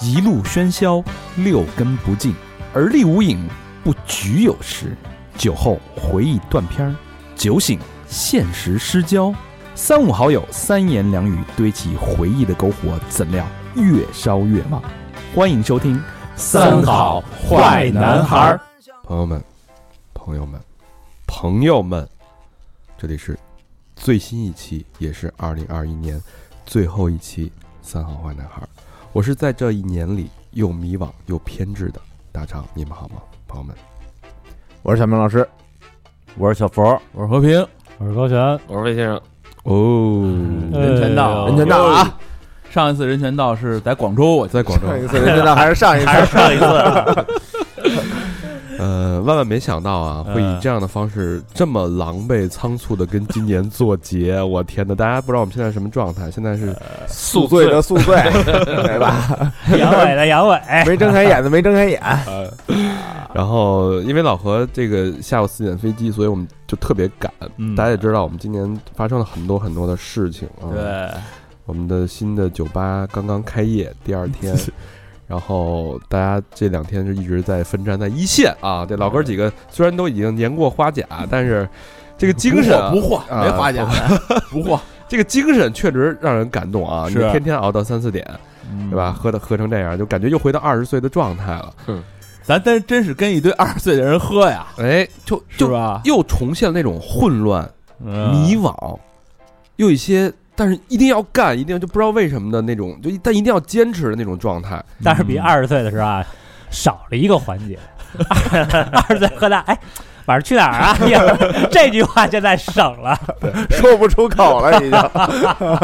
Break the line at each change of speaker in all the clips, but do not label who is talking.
一路喧嚣，六根不净，而立无影，不局有时。酒后回忆断片儿，酒醒现实失焦。三五好友，三言两语堆起回忆的篝火，怎料越烧越旺。欢迎收听《
儿。
朋友们，朋友们，朋友们，这里是最新一期，也是二零二一年最后一期《三好坏男孩》。我是在这一年里又迷惘又偏执的大长，你们好吗？朋友们，
我是小明老师，
我是小佛，
我是和平，
我是高璇，哎
我说魏先生，
哦，
人
权道
人权道啊，
上一次人权道是在广州，我记
在广州，
上一次人权道还是上一次，
上一次
呃，万万没想到啊，
嗯
会以这样的方式这么狼狈仓促的跟今年作结。我天哪，大家不知道我们现在什么状态？现在是
宿醉的宿醉，对吧？
阳痿哎的阳 痿，
没睁开眼的没睁开眼，
然后因为老何这个下午四点飞机，所以我们就特别赶。
嗯
大家也知道，我们今年发生了很多很多的事情啊。，
对，
我们的新的酒吧刚刚开业第 二天，然后大家这两天是一直在奋战在一线啊。这老哥几个虽然都已经年过花甲，但是这个精神啊
不惑，
啊
没花甲，不惑，
这个精神确实让人感动啊！你
是嗯
天天熬到三四点，对吧？？喝的喝成这样，就感觉又回到二十岁的状态了。
咱真真是跟一堆二十岁的人喝呀，
哎，就是就
吧？
又重现了那种混乱、迷
嗯
迷
惘，又有一些，但是一定要干，一定就不知道为什么的那种，就一但一定要坚持的那种状态。
但是比二十岁的时候啊，少了一个环节。 二十岁喝大，哎，晚上去哪儿啊？ 一会儿这句话现在省了。
说不出口了，已经。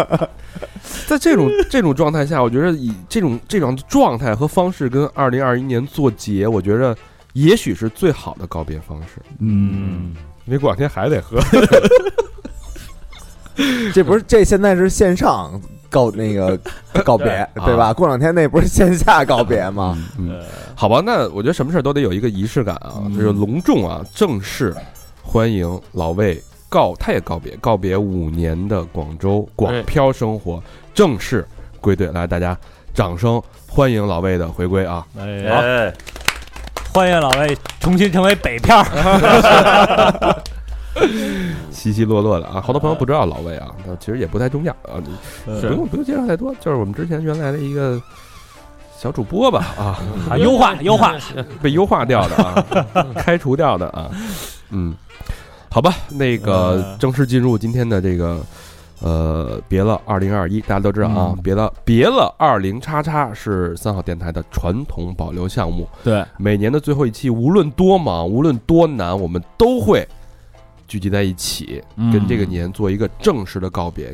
在这 种这种状态下，我觉得以这种这种状态和方式跟二零二一年做结，我觉得也许是最好的告别方式。
嗯，
因为过两天还得喝，
这不是这现在是线上告那个告别，对吧？过两天那不是线下告别吗？
嗯，好吧，那我觉得什么事儿都得有一个仪式感啊，就是隆重啊，正式欢迎老魏告，他也告别，告别五年的广州广漂生活，正式归队。来，大家掌声欢迎老魏的回归啊！
哎，
哎，
欢迎老魏重新成为北漂。
稀稀落落的啊，好多朋友不知道老魏啊，那其实也不太重要啊，你不用不用介绍太多，就是我们之前原来的一个小主播吧啊，
啊，优化优化，
被优化掉的啊，开除掉的啊，嗯，好吧，那个
呃
正式进入今天的这个。呃，别了二零二一，大家都知道啊，
嗯
别了别了二零叉叉是三好电台的传统保留项目，
对，
每年的最后一期，无论多忙，无论多难，我们都会聚集在一起，
嗯
跟这个年做一个正式的告别，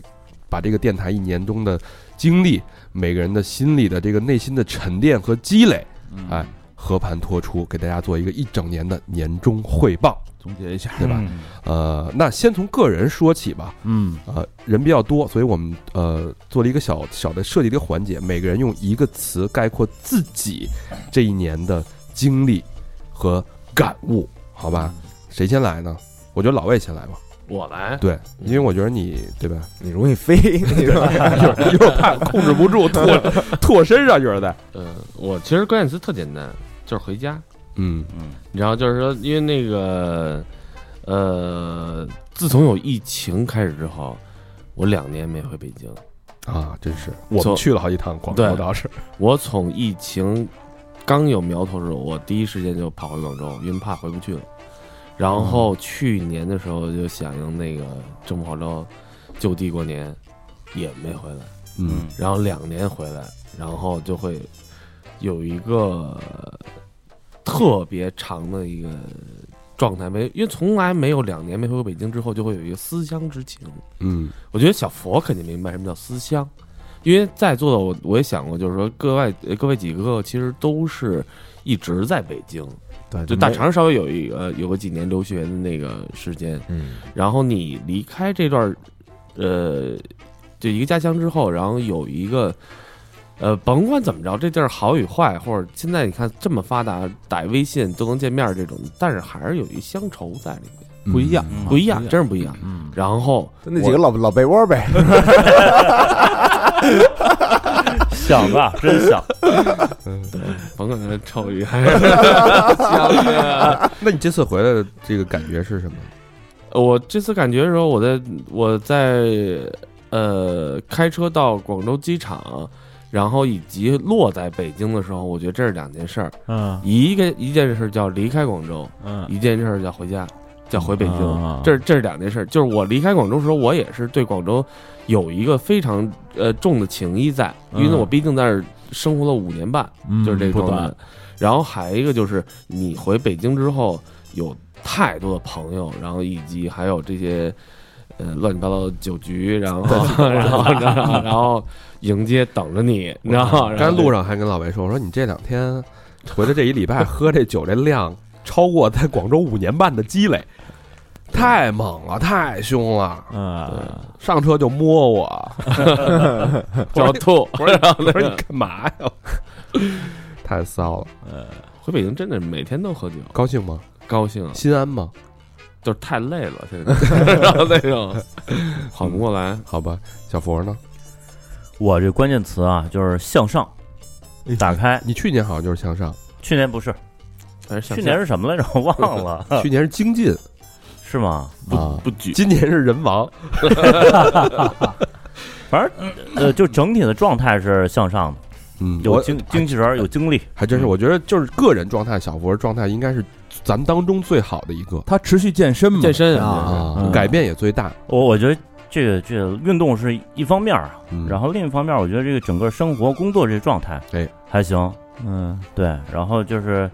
把这个电台一年中的经历、每个人的心里的这个内心的沉淀和积累，哎，和盘托出，给大家做一个一整年的年终汇报，
总结一下，
对吧？呃，那先从个人说起吧。
嗯，
呃，人比较多，所以我们呃做了一个小小的设计的一个环节，每个人用一个词概括自己这一年的经历和感悟，好吧？谁先来呢？我觉得老魏先来吧。
我来，
对，因为我觉得你对吧，
你容易飞，你说
一会儿怕控制不住唾唾身上，一会儿在。
嗯、我其实关键词特简单，就是回家。
嗯
然后就是说，因为那个，呃，自从有疫情开始之后，我两年没回北京。
啊，真是我们
从
去了好几趟广州，
对
倒是
我从疫情刚有苗头的时候，我第一时间就跑回广州，因为怕回不去了。然后去年的时候就响应那个政府号召，就地过年，也没回来。
嗯
然后两年回来，然后就会有一个特别长的一个状态，没因为从来没有两年没回过北京之后，就会有一个思乡之情。
嗯
我觉得小佛肯定明白什么叫思乡，因为在座的我我也想过，就是说各位呃各位几个其实都是一直在北京，
对
就大，肠稍微有一呃有个几年留学的那个时间，
嗯，
然后你离开这段儿，呃，就一个家乡之后，然后有一个，呃，甭管怎么着，这地儿好与坏，或者现在你看这么发达，打微信都能见面儿这种，但是还是有一乡愁在里面，
不一样，
不一样，真是不一样。
嗯，
然后
就那几个老老被窝呗，
想吧，真想。
甭管他臭鱼还是香的。
那你这次回来的这个感觉是什么？
我这次感觉的时候，我在我在呃开车到广州机场，然后以及落在北京的时候，我觉得这是两件事儿。
嗯
一个一件事叫离开广州，
嗯
一件事叫回家，叫回北京。
啊
这这是两件事儿，就是我离开广州的时候，我也是对广州有一个非常呃重的情谊在，因为
嗯
我毕竟在这儿生活了五年半，
嗯
就是这
不
状态
短。
然后还有一个就是你回北京之后有太多的朋友，然后以及还有这些呃乱七八糟的酒局，然后然后然后然后迎接等着你，你知道吗？
刚才
然后
路上还跟老白说，我说你这两天回来这一礼拜喝这酒这量，超过在广州五年半的积累，太猛了，太凶了，
嗯，
上车就摸我，
就要吐，
我说我说你干嘛呀？太骚了，
回北京真的每天都喝酒，
高兴吗？
高兴啊，
心安吗？
就是太累了，现在然 后那种 缓不过来。
好吧，小佛呢？
我这关键词啊，就是向上。打开，
你去年好像就是向上，
去年不是，
还是
去年是什么来着？我 忘了，
去年是精进
是吗？
啊，
不举，
今年是人王，
呃，就整体的状态是向上的，
嗯，
有
我
精精气神儿，有精力。
还真是，
嗯
我觉得就是个人状态，小佛状态应该是咱们当中最好的一个
他持续健身嘛，
健身
啊
嗯
改变也最大。
我我觉得这个这个运动是一方面儿啊，
嗯
然后另一方面，我觉得这个整个生活工作这状态，
哎，
还行，
嗯，
对，然后就是，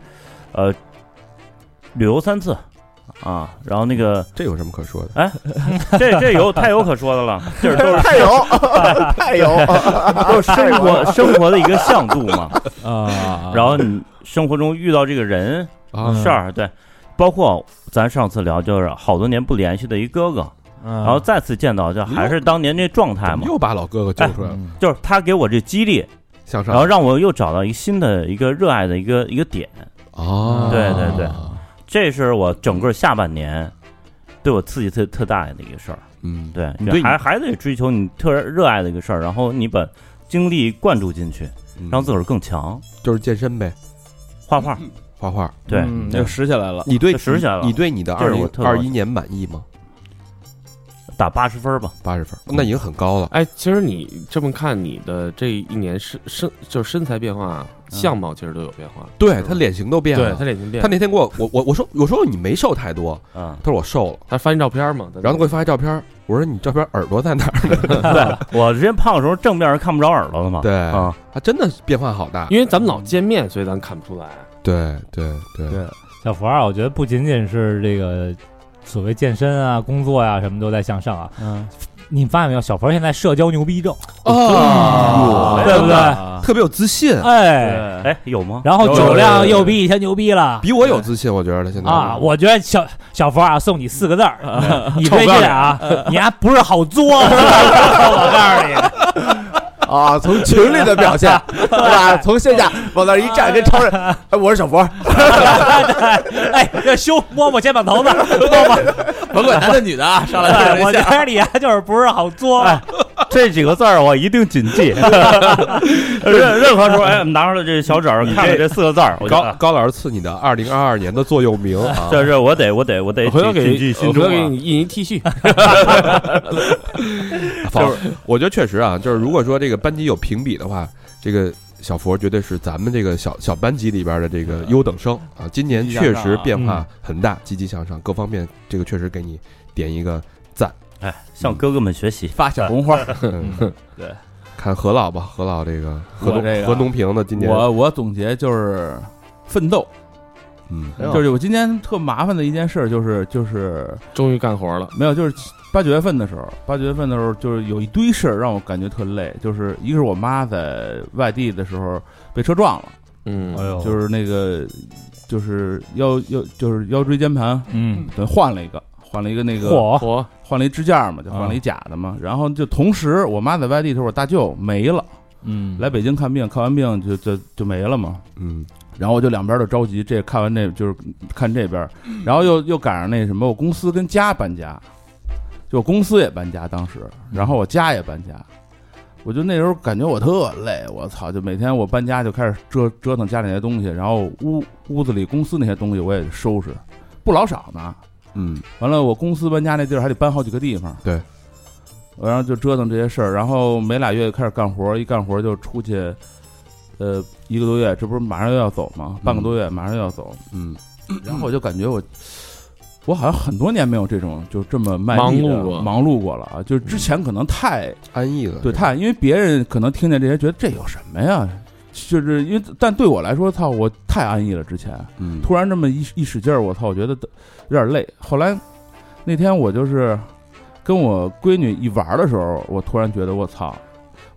呃，旅游三次，啊，然后 那个
这有什么可说的？
这这有太有可说的了，这都是
太有太有，
都是生活生活的一个向度嘛。
啊，嗯
然后你生活中遇到这个人
啊
事儿，对，包括咱上次聊就是好多年不联系的一哥哥，
然
然后再次见到就还是当年那状
怎
态嘛
么，又把老哥哥揪出来了，
就是他给我这激励，
向上。
然后让我又找到一个新的一个热爱的一个一个点，
哦，
对对对，这是我整个下半年对我刺激特特大的一个事儿。
嗯，
对，
你对
还还得追求你特热爱的一个事儿，然后你把精力灌注进去，
嗯
让自个儿更强。
就是健身呗，
画画，
画画。
对，
那就嗯拾起来了。
你对
这哦实现了
你对你的
这
二
是
零
我特高
二
兴
一年满意吗？
打八十分吧。
八十分，那已经很高了。
哎，其实你这么看，你的这一年身身就是身材变化、相貌其实都有变化。
对
是吧
他，脸型都变
对
了
他。脸型变
他
了，
那天给我，我我我说我说你没瘦太多，
嗯，
他说我瘦了，
他翻照片嘛，
然后他给我发一照片，我说你照片耳朵在哪儿？
对我之前胖的时候正面是看不着耳朵的嘛。
对
啊，
他真的变化好大。
因为咱们老见面，所以咱看不出来。
对对对，
小福啊，我觉得不仅仅是这个所谓健身啊、工作呀、什么都在向上啊。
嗯，
你发现没有，小福现在社交牛逼症，
哎
嗯
哦
对不对？
特别有自信，
哎，
哎，有吗？
然后酒量又比以前牛逼了。
比我 有自信，我觉得他现在
啊，我觉得小小福啊，送你四个字儿，
嗯
你这劲啊，你还不是好作， 我
啊，从群里的表现，对吧？从线下往那儿一站，跟超人，哎，我是小佛，
告诉你，哎，这胸摸摸肩膀 头子，摸摸，
甭管男的女的啊，上来
哎
就
我
是一
觉
下
得你啊就是不是好作，啊
哎这几个字儿我一定谨记。任任何时候，哎，拿出来这小纸儿，看看这四个字儿，我就
啊
高高老师赐你的二零二二年的座右铭 啊，
这是我得我得我得
我回头给
谨记
我
心
回
中
头给
啊。
你印一 T 恤，
就是我觉得确实啊，就是如果说这个班级有评比的话，这个小佛绝对是咱们这个小小班级里边的这个优等生啊。今年确实变化很大，积极向上，各方面这个确实给你点一个
哎，向哥哥们学习。
发小红花。
嗯。
对，
看何老吧，何老这个何
我这
东
个
何东平的今年，
我我总结就是奋斗，
嗯
就是我今天特麻烦的一件事就是就是
终于干活了。
没有就是。八九月份的时候，八九月份的时候，就是有一堆事儿让我感觉特累，就是一个是我妈在外地的时候被车撞了，
嗯，
哎呦
就是那个，就是腰腰就是腰椎间盘，
嗯，
对，换了一个，换了一个那个，
嚯，
活
换了一支架嘛，就
啊
换了一假的嘛。然后就同时，我妈在外地的时候，我大舅没了，
嗯
来北京看病，看完病就就就没了嘛。
嗯，
然后我就两边儿都着急，这看完这就是看这边儿，然后又又赶上那什么，我公司跟家搬家，就我公司也搬家当时，然后我家也搬家，我就那时候感觉我特累，我操！就每天我搬家就开始折折腾家里那些东西，然后屋屋子里公司那些东西我也收拾，不老少呢。
嗯，
完了，我公司搬家那地儿还得搬好几个地方。
对，
然后就折腾这些事儿，然后没俩月就开始干活，一干活就出去，呃，一个多月，这不是马上又要走吗？半个多月马上又要走，
嗯，
然后我就感觉我，我好像很多年没有这种就这么卖力的
忙碌过
忙碌过了啊！就是之前可能太、
安逸了。
对太，因为别人可能听见这些觉得这有什么呀？就是因为，但对我来说，操，我太安逸了。之前，
嗯，
突然这么一一使劲儿，我操，我觉得有点累。后来那天我就是跟我闺女一玩儿的时候，我突然觉得我操，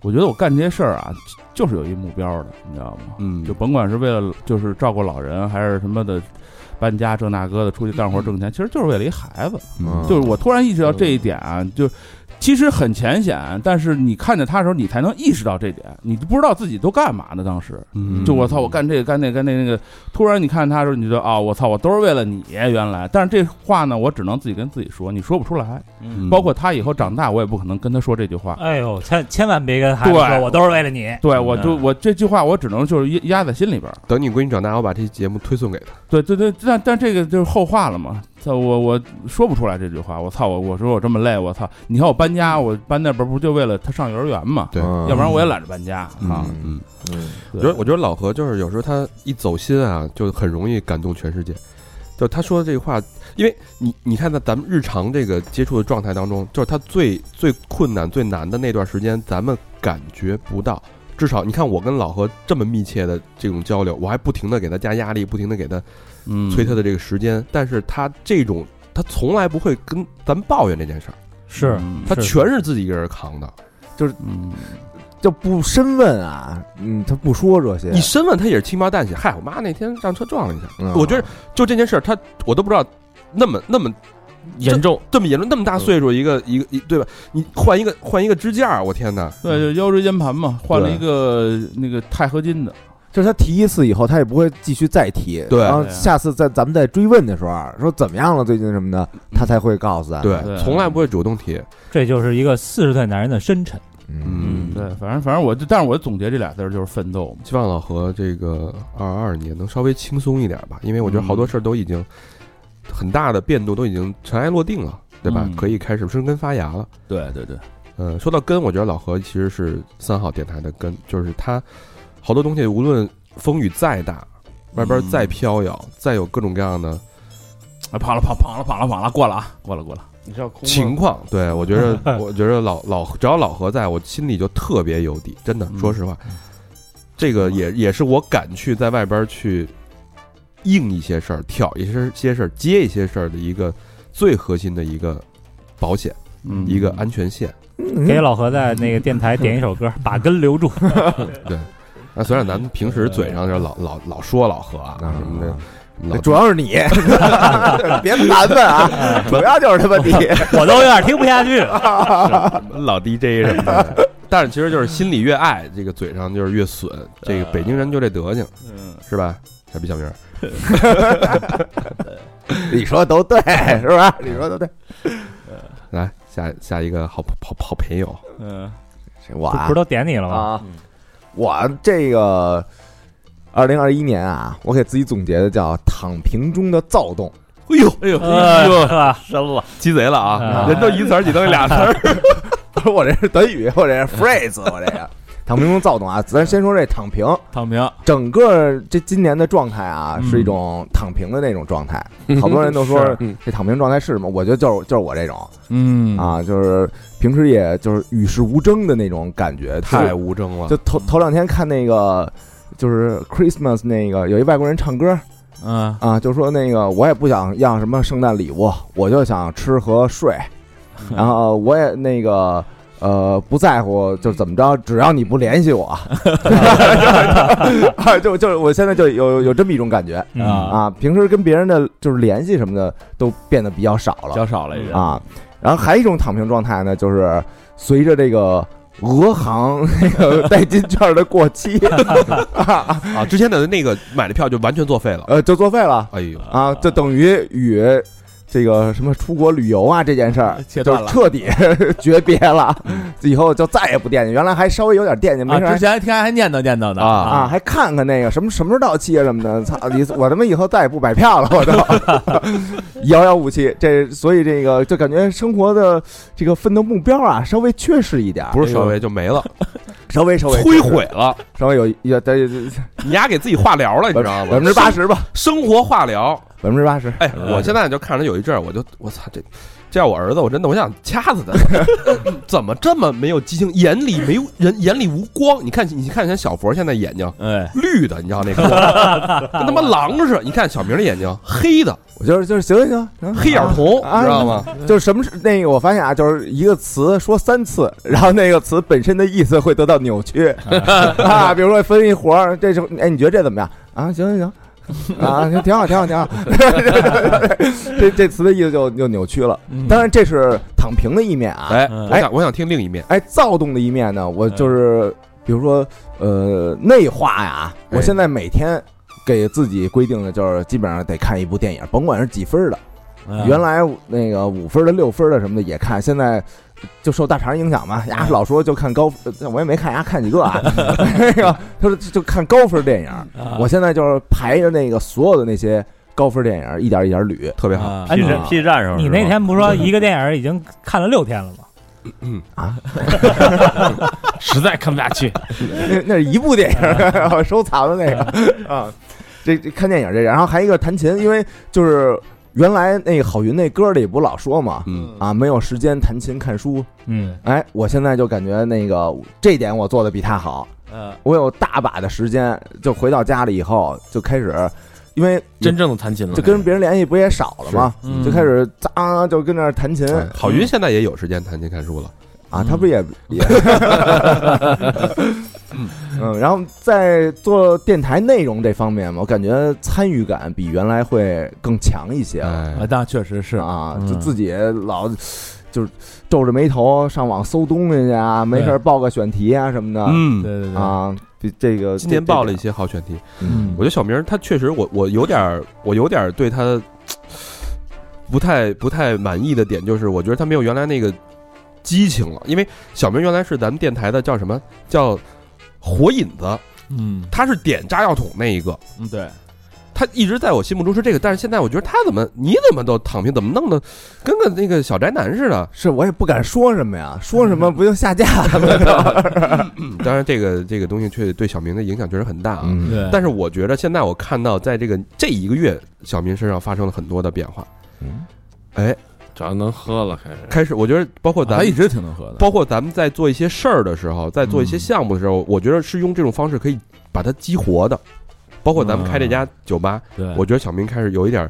我觉得我干这些事儿啊，就就是有一目标的，你知道吗？
嗯，
就甭管是为了就是照顾老人还是什么的，搬家这那个的出去干活挣钱，其实就是为了一孩子。
嗯
就是我突然意识到这一点啊，就其实很浅显，但是你看着他的时候，你才能意识到这点，你都不知道自己都干嘛呢。当时
嗯
就我操，我干这个干那个干那那个，突然你看他的时候，你就觉得啊，我操，我都是为了你哎原来。但是这话呢，我只能自己跟自己说，你说不出来。
嗯
包括他以后长大，我也不可能跟他说这句话。
哎呦，千千万别跟孩子说，
对
我都是为了你。嗯
对，我就我这句话，我只能就是压压在心里边儿。
等你闺女长大，我把这节目推送给她。
对对对，但但这个就是后话了嘛。操我我说不出来这句话，我操我我说我这么累，我操！你看我搬家，我搬那边不就为了他上幼儿园嘛？
对
嗯
要不然我也懒得搬家啊。
嗯，
嗯，
我
对
觉得我觉得老何就是有时候他一走心啊，就很容易感动全世界。就他说的这话，因为你你看在咱们日常这个接触的状态当中，就是他最最困难、最难的那段时间，咱们感觉不到。至少你看我跟老何这么密切的这种交流，我还不停的给他加压力，不停的给他
嗯，
催他的这个时间，但是他这种他从来不会跟咱抱怨这件事儿，
是
嗯
他全是自己一个人扛的。
嗯
就不深问啊，嗯，他不说这些，
你深问他也是轻描淡写，嗨，我妈那天让车撞了一下，
嗯
我觉得就这件事儿，他我都不知道那么那么
严重，
这么严重，那么大岁数一个一个一对吧？你换一个换一个支架，我天哪！
对，就腰椎间盘嘛，换了
对
一个那个钛合金的。
就是他提一次以后，他也不会继续再提，
对
然后
对
下次在咱们再追问的时候，啊说怎么样了最近什么的，他才会告诉咱，
嗯对，
对
从来不会主动提。
这就是一个四十岁男人的深沉。
嗯，
对，反正反正我就，但是我总结这俩字儿就是奋 斗嘛。
希望老何这个二二年能稍微轻松一点吧，因为我觉得好多事儿都已经很大的变动都已经尘埃落定了，对吧？
嗯
可以开始生根发芽了。
对对对，
呃，说到根，我觉得老何其实是三好电台的根，就是他好多东西，无论风雨再大，外边再飘摇，再有各种各样的
啊，跑了跑跑了跑了跑了，过了啊，过了过了。
你知道空
情况，对我觉得，我觉得老老只要老何在我心里就特别有底，真的，
嗯
说实话，这个也也是我敢去在外边去应一些事儿，挑一些些事儿，接一些事儿的一个最核心的一个保险，
嗯，
一个安全线。
嗯
给老何在那个电台点一首歌，把根留住。
那虽然咱们平时嘴上就老老老说老何啊
啊
什么的，老
主要是 你，别盘问啊，主要就是他妈 你，
我都有点听不下去 了。
老 DJ 什么的，但是其实就是心里越爱，这个嘴上就是越损。这个北京人就这德行，
嗯，
是吧？傻逼小明儿，
你说都对，是吧？你说都对，
来下下一个好好好朋友，
嗯
我啊
不是都点你了吗？
啊，
嗯
我这个二零二一年啊，我给自己总结的叫“躺平中的躁动
哎呦，
哎呦
呃，是吧？
深了，
鸡贼了啊！
啊
人都一词儿，你都俩词儿。”，
我这是德语，我这是 phrase，我这个“躺平中躁动”啊，咱先说这躺平，
躺平。
整个这今年的状态啊，
嗯
是一种躺平的那种状态。好多人都 说
嗯
这躺平状态是什么？我觉得就是就是我这种
嗯，
啊，就是平时也就是与世无争的那种感觉，
太无争 了
就，头
嗯
头两天看那个，就是 Christmas 那个有一外国人唱歌
嗯
啊，就说那个我也不想要什么圣诞礼物，我就想吃和睡，
嗯
然后我也那个。呃，不在乎就是怎么着，只要你不联系 我， 啊就就是我现在就有有这么一种感觉
嗯
啊，平时跟别人的就是联系什么的都变得比较少了
较少了一个。
啊。然后还有一种躺平状态呢，就是随着这个俄航 那个代金券的过期，
啊！之前的那个买的票就完全作废了。
啊
呃，就作废了
啊
哎呦，
啊，就等于与这个什么出国旅游啊这件事儿，
切
就
断了嗯
是彻底 诀别了，以后就再也不惦记。原来还稍微有点惦记，没
啊！
事儿
之前天还念叨念叨呢
啊
啊，还看看那个什么什么时候到期啊什么的，操你！我他妈以后再也不买票了，我都 遥遥无期。这所以这个就感觉生活的这个奋斗目标啊，稍微缺失一点儿，哎
不是稍微就没了，
稍微稍微
摧毁，了，
稍微有有得
你丫给自己化疗了，你知道吗？
百分之八十吧，
生生活化疗。
百分之八十。
哎，我现在就看着有一阵儿，我就我操这。这要我儿子，我真的我想掐死他！ 怎么这么没有激情？眼里没有人，眼里无光。你看，你看，像小佛现在眼睛
哎，
绿的，你知道那个跟他妈狼似的。你看小明的眼睛黑的，
我就是就是行行行，
黑眼瞳，
啊
哦知道吗？
就是什么是那个，我发现啊，就是一个词说三次，然后那个词本身的意思会得到扭 曲啊。比如说分一活儿，这时候哎，你觉得这怎么样啊？行行行，啊，行挺好，挺好，挺好。 这这词的意思就就扭曲了。
嗯
当然，这是躺平的一面啊。
嗯哎，
嗯
我想我想听另一面。
哎，躁动的一面呢，我就是比如说呃内化呀，
哎
我现在每天给自己规定的就是基本上得看一部电影，甭管是几分儿的。
嗯
嗯
原来那个五分的、六分的什么的也看，现在就受大肠影响嘛，呀老说就看高，呃我也没看呀，看几个 啊，那个就是就看高分电影。
啊
嗯
我现在就是排着那个所有的那些高分电影，一点一点捋。
特别好，
啊
哎
，P
你
站 P 站上
你那天不说一个电影已经看了六天了吗？
啊
实在看不下去。
那那是一部电 影，我收藏的那个啊。这这看电影这，然后还一个弹琴，因为就是原来那个郝云那歌里不老说嘛，
嗯，
啊，没有时间弹琴看书。
嗯，
哎，我现在就感觉那个这点我做的比他好。
嗯
我有大把的时间，就回到家里以后就开始，因为
真正的弹琴了，
就跟别人联系不也少了吗？
嗯
就开始啊，就跟那儿弹琴
嗯
哎郝云现在也有时间弹琴看书了，
啊，他不也也， 嗯，然后在做电台内容这方面嘛，我感觉参与感比原来会更强一些
嗯
了
嗯
啊，
哎，
那确实是，
啊，
嗯
就自己老就是皱着眉头上网搜东西去啊，没事儿报个选题啊什么的
对
嗯，
对对，
啊，比这个
今年报了一，些好选题。
嗯
我觉得小明儿他确实，我我有点儿，我有点儿对他不太不太满意的点，就是我觉得他没有原来那个激情了。因为小明原来是咱们电台的叫什么叫火影子，
嗯
他是点炸药桶那一个，
嗯对，
他一直在我心目中是这个，但是现在我觉得他怎么你怎么都躺平，怎么弄的跟个那个小宅男似的。
是我也不敢说什么呀，说什么不就下架了？
嗯当然，这个这个东西确对小明的影响确实很大啊。
嗯，
对，
但是我觉得现在我看到，在这个这一个月，小明身上发生了很多的变化。
嗯
哎
主要能喝了，开始
开始，我觉得包括咱
啊他一直挺能喝的，
包括咱们在做一些事儿的时候，在做一些项目的时
嗯
候，我觉得是用这种方式可以把它激活的。包括咱们开这家酒吧，
啊对，
我觉得小明开始有一点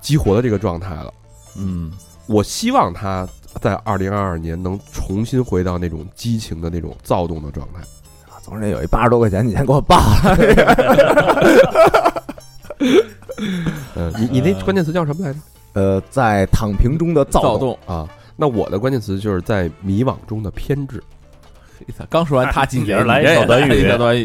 激活的这个状态了。
嗯
我希望他在二零二二年能重新回到那种激情的那种躁动的状态。
啊总之有一八十多块钱，你先给我报 了。
嗯，你你那关键词叫什么来着？
呃，在躺平中的躁
躁
动，
动，
啊，那我的关键词就是在迷惘中的偏执。
刚说完他几
也
年
是来一小短语
一
哎
小短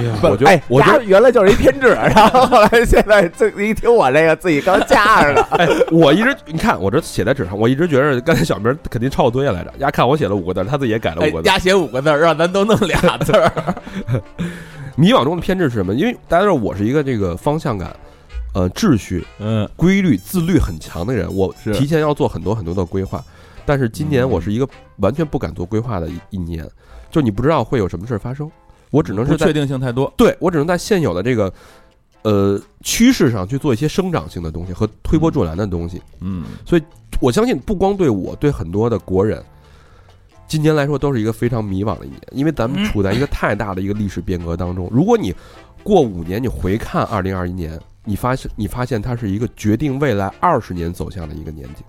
语，
我觉得，
哎，
我觉
丫
得，
原来就是一偏执， 然后后来现在这一听我这个，自己刚加上了。
哎，我一直你看我这写在纸上，我一直觉得刚才小明肯定抄我作业来着。丫看我写了五个字，他自己也改了
哎
五个，字。
压写五个字儿，让咱都弄俩字儿，
迷惘中的偏执是什么？因为大家知道我是一个这个方向感、呃秩序、
嗯，
规律、自律很强的人，我
是
提前要做很多很多的规划。但是今年
嗯
我是一个完全不敢做规划的一一年，就你不知道会有什么事儿发生，我只能
不
是
确
在
定性太多，
对我只能在现有的这个呃趋势上去做一些生长性的东西和推波助澜的东西。
嗯
我相信不光对我，对很多的国人，今年来说都是一个非常迷惘的一年，因为咱们处在一个太大的一个历史变革当中。如果你过五年，你回看二零二一年，你发现你发现它是一个决定未来二十年走向的一个年纪，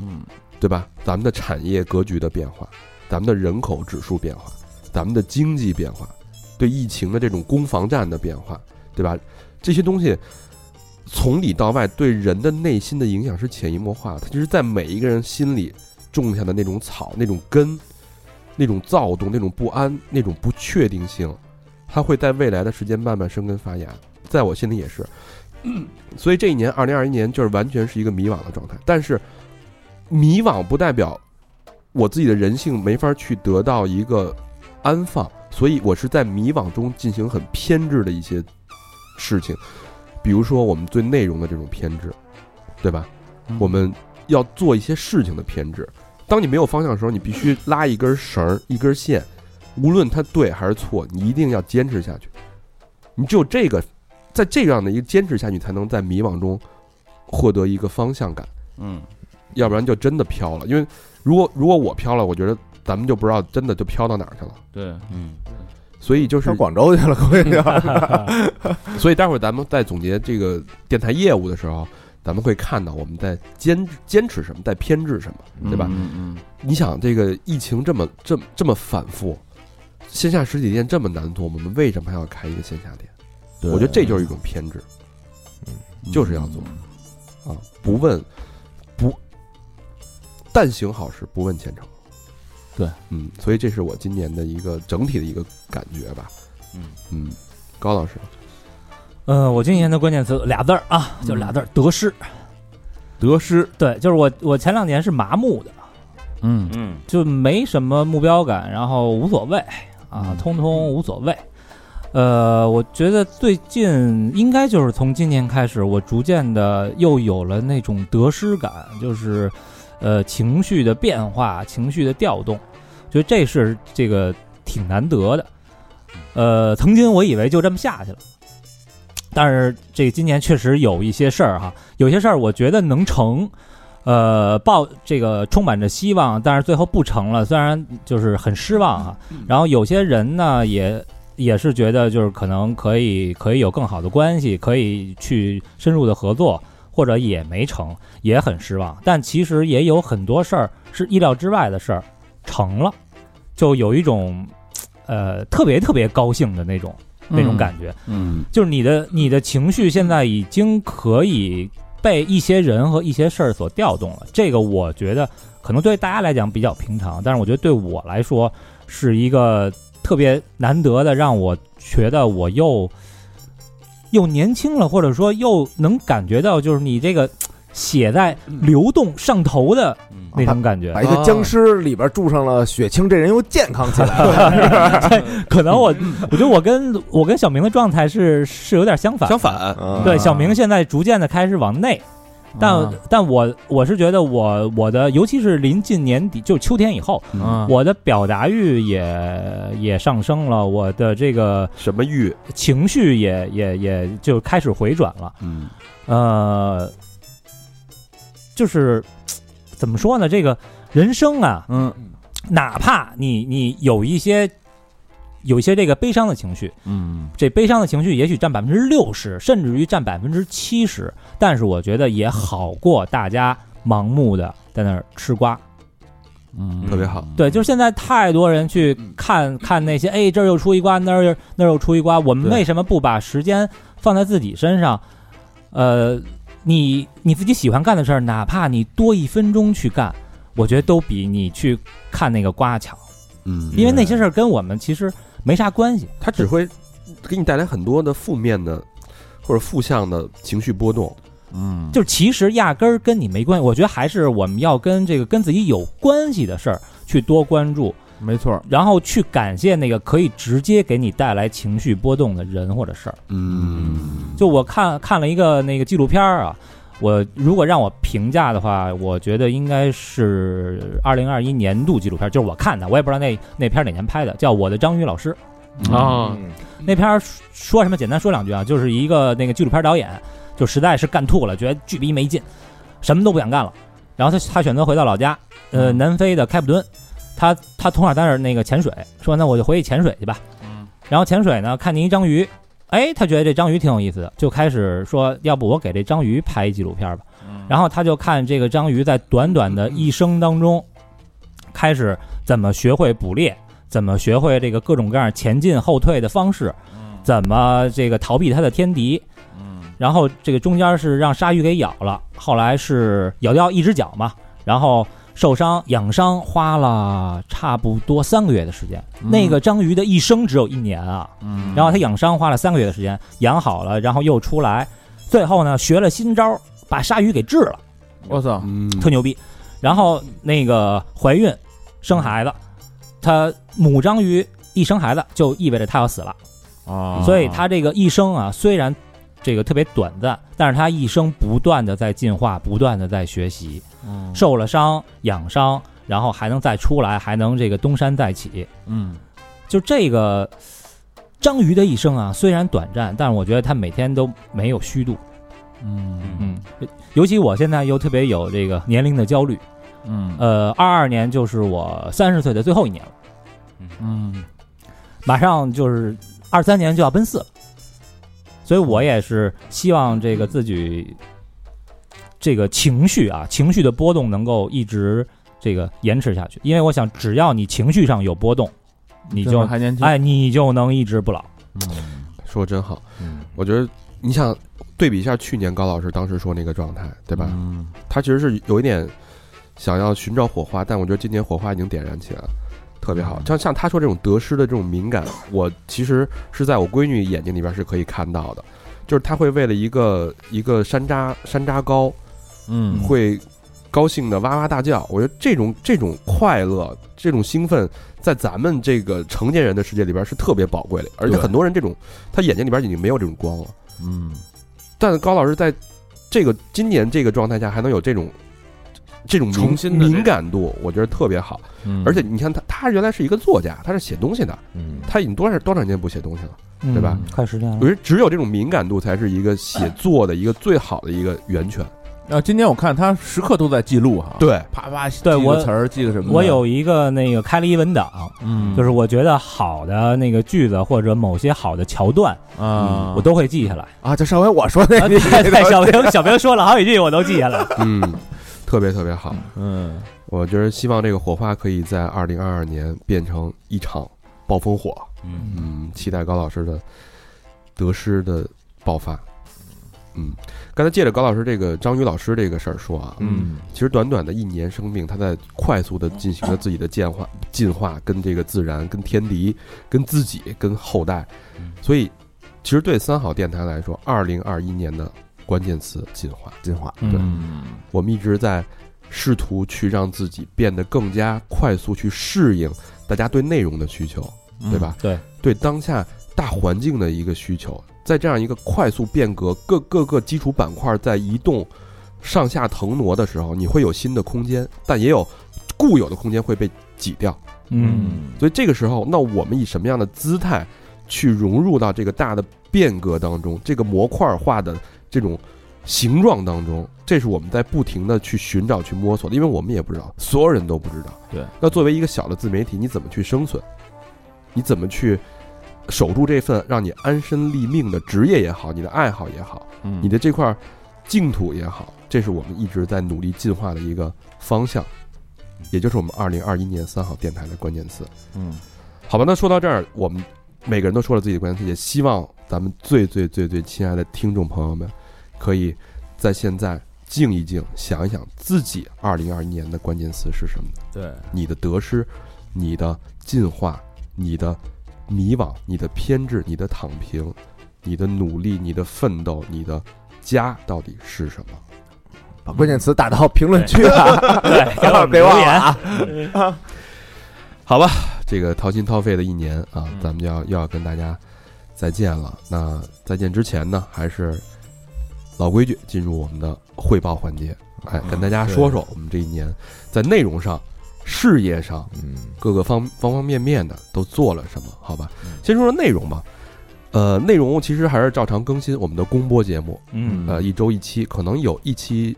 嗯，
对吧？咱们的产业格局的变化，咱们的人口指数变化，咱们的经济变化，对疫情的这种攻防战的变化，对吧？这些东西从里到外对人的内心的影响是潜移默化的，它就是在每一个人心里种下的那种草、那种根、那种躁动、那种不安、那种不确定性，它会在未来的时间慢慢生根发芽。在我心里也是，所以这一年，二零二一年就是完全是一个迷惘的状态。但是，迷惘不代表我自己的人性没法去得到一个安放，所以我是在迷惘中进行很偏执的一些事情，比如说我们对内容的这种偏执，对吧？嗯我们要做一些事情的偏执。当你没有方向的时候，你必须拉一根绳儿、一根线，无论它对还是错，你一定要坚持下去。你只有这个，在这样的一个坚持下去，才能在迷惘中获得一个方向感，
嗯，
要不然就真的飘了。因为如果如果我飘了，我觉得咱们就不知道真的就飘到哪儿去了。
对，
嗯，
所以就是
上广州去了，估计就
嗯
所以待会儿咱们在总结这个电台业务的时候，咱们会看到我们在坚坚持什么，在偏执什么，对吧？
嗯嗯，
你想，这个疫情这么这么这么反复，线下实体店这么难做，我们为什么还要开一个线下店？
对
我觉得这就是一种偏执嗯
嗯
就是要做啊！不问不，但行好事，不问前程。
对，
嗯，所以这是我今年的一个整体的一个感觉吧。
嗯
嗯，高老师，
嗯，我今年的关键词俩字儿啊，就俩字儿，得失。
得失，
对，就是我我前两年是麻木的，
嗯
嗯
就没什么目标感，然后无所谓啊
嗯，
通通无所谓。呃，我觉得最近应该就是从今年开始，我逐渐的又有了那种得失感，就是呃情绪的变化、情绪的调动，觉得这是这个挺难得的。呃，曾经我以为就这么下去了，但是这个今年确实有一些事儿哈，有些事儿我觉得能成，呃，抱这个充满着希望，但是最后不成了，虽然就是很失望啊。然后有些人呢，也也是觉得就是可能可以可以有更好的关系，可以去深入的合作，或者也没成，也很失望。但其实也有很多事儿是意料之外的事儿，成了，就有一种呃特别特别高兴的那种那种感觉。
嗯，
就是你的你的情绪现在已经可以被一些人和一些事儿所调动了。这个我觉得可能对大家来讲比较平常，但是我觉得对我来说是一个特别难得的，让我觉得我又又年轻了，或者说又能感觉到就是你这个嘖血在流动上头的那种感觉
把。一个僵尸里边注上了血清，这人又健康起来了。
可能我我觉得我跟我跟小明的状态是是有点相反的。
反
嗯
对，小明现在逐渐的开始往内，但、
啊
但我我是觉得我我的，尤其是临近年底，就秋天以后，
啊，
我的表达欲也也上升了，我的这个
什么玉？
情绪也也也就开始回转了。
嗯，
呃，就是怎么说呢？这个人生啊，
嗯
哪怕你你有一些有一些这个悲伤的情绪，
嗯
这悲伤的情绪也许占百分之六十，甚至于占百分之七十，但是我觉得也好过大家盲目的在那儿吃瓜。
嗯，
特别好，
对，就是现在太多人去看看那些，哎，这儿又出一瓜，那儿又那儿又出一瓜，我们
对
为什么不把时间放在自己身上？呃，你你自己喜欢干的事儿，哪怕你多一分钟去干，我觉得都比你去看那个瓜强，
嗯
因为那些事儿跟我们其实没啥关系。
它只会给你带来很多的负面的或者负向的情绪波动。
嗯，
就是其实压根儿跟你没关系，我觉得还是我们要跟这个跟自己有关系的事儿去多关注，
没错儿，
然后去感谢那个可以直接给你带来情绪波动的人或者事儿。
嗯，
就我看看了一个那个纪录片儿啊，我如果让我评价的话，我觉得应该是二零二一年度纪录片儿，就是我看的，我也不知道那那片儿哪年拍的，叫《我的章鱼老师》。
哦
啊，
嗯
那片儿说什么？简单说两句啊，就是一个那个纪录片导演，就实在是干吐了，觉得巨逼没劲，什么都不想干了。然后他他选择回到老家，呃，
嗯
南非的开普敦。他他从小在那儿那个潜水，说那我就回去潜水去吧。
嗯
然后潜水呢，看见一章鱼，哎，他觉得这章鱼挺有意思的，就开始说，要不我给这章鱼拍一纪录片吧。
嗯
然后他就看这个章鱼在短短的一生当中，开始怎么学会捕猎，怎么学会这个各种各样前进后退的方式，怎么这个逃避它的天敌。
嗯
然后这个中间是让鲨鱼给咬了，后来是咬掉一只脚嘛，然后受伤养伤，花了差不多三个月的时间。那个章鱼的一生只有一年啊，
嗯，
然后它养伤花了三个月的时间，养好了，然后又出来，最后呢，学了新招儿，把鲨鱼给治了，
我操，
嗯，
特牛逼。然后那个怀孕生孩子，她母章鱼一生孩子就意味着她要死了，
啊！
所以她这个一生啊，虽然这个特别短暂，但是她一生不断的在进化，不断的在学习，
嗯
受了伤养伤，然后还能再出来，还能这个东山再起。
嗯
就这个章鱼的一生啊，虽然短暂，但是我觉得它每天都没有虚度。
嗯
嗯，尤其我现在又特别有这个年龄的焦虑。
嗯
呃，二二年就是我三十岁的最后一年了，
嗯
马上就是二三年就要奔四了，所以我也是希望这个自己这个情绪啊，情绪的波动能够一直这个延迟下去，因为我想，只要你情绪上有波动，你
这会
就
儿还年轻，
哎，你就能一直不老。
说得真好。我觉得你想对比一下去年高老师当时说那个状态，
对
对吧？
嗯
他其实是有一点想要寻找火花，但我觉得今年火花已经点燃起来了，特别
嗯
好。像像他说这种得失的这种敏感，我其实是在我闺女眼睛里边是可以看到的，就是她会为了一个一个山楂山楂糕
嗯
会高兴的哇哇大叫。我觉得这种这种快乐，这种兴奋，在咱们这个成年人的世界里边是特别宝贵的，而且
对
很多人这种他眼睛里边已经没有这种光了。
嗯
但高老师在这个今年这个状态下还能有这种这种
重
敏
新的这种
敏感度，我觉得特别好。
嗯，
而且你看他，他原来是一个作家，他是写东西的，
嗯，
他已经多少多少年不写东西了。对吧
嗯？快十年
我
了，
觉得只有这种敏感度才是一个写作的一个最好的一个源泉。
啊，今年我看他时刻都在记录哈，，
对，
啪啪记
对
个
我
词儿记个什么的，
我有一个那个开了一文档，
嗯，
就是我觉得好的那个句子或者某些好的桥段，
啊，
我都会记下来。
啊，就上回我说那
啊
个，
对对，小明小明说了好几句，我都记下来了。
嗯，特别特别好。
嗯
我觉得希望这个火花可以在二零二二年变成一场暴风火。
嗯，
嗯，期待高老师的得失的爆发。嗯，刚才借着高老师这个章鱼老师这个事儿说啊，
嗯
其实短短的一年生命，他在快速的进行了自己的进化、进化，跟这个自然、跟天敌、跟自己、跟后代，所以其实对三好电台来说，二零二一年的关键词进化。
进化，
嗯
我们一直在试图去让自己变得更加快速去适应大家对内容的需求， 对吧？
对，
对当下大环境的一个需求，在这样一个快速变革、各各个基础板块在移动、上下腾挪的时候，你会有新的空间，但也有固有的空间会被挤掉。
嗯，
所以这个时候，那我们以什么样的姿态去融入到这个大的变革当中，这个模块化的这种形状当中，这是我们在不停的去寻找、去摸索的，因为我们也不知道，所有人都不知道。
对，
那作为一个小的自媒体，你怎么去生存？你怎么去守住这份让你安身立命的职业也好，你的爱好也好，
嗯
你的这块净土也好，这是我们一直在努力进化的一个方向，也就是我们二零二一年三好电台的关键词。
嗯
好吧，那说到这儿，我们每个人都说了自己的关键词，也希望咱们最最最最亲爱的听众朋友们，可以在现在静一静，想一想自己二零二一年的关键词是什么，
对，
你的得失，你的进化，你的迷惘，你的偏执，你的躺平，你的努力，你的奋斗，你的家到底是什么？
把关键词打到评论区啊，
对，给我 们
别
留
忘了
言，
啊，
好吧，这个掏心掏肺的一年啊
嗯，
咱们就要又要跟大家再见了。那再见之前呢，还是老规矩，进入我们的汇报环节，哎，跟大家说说我们这一年在内容上、事业上
嗯，
各个方方方面面的都做了什么？好吧，先说说内容吧。呃，内容其实还是照常更新我们的公播节目，
嗯
呃，一周一期，可能有一期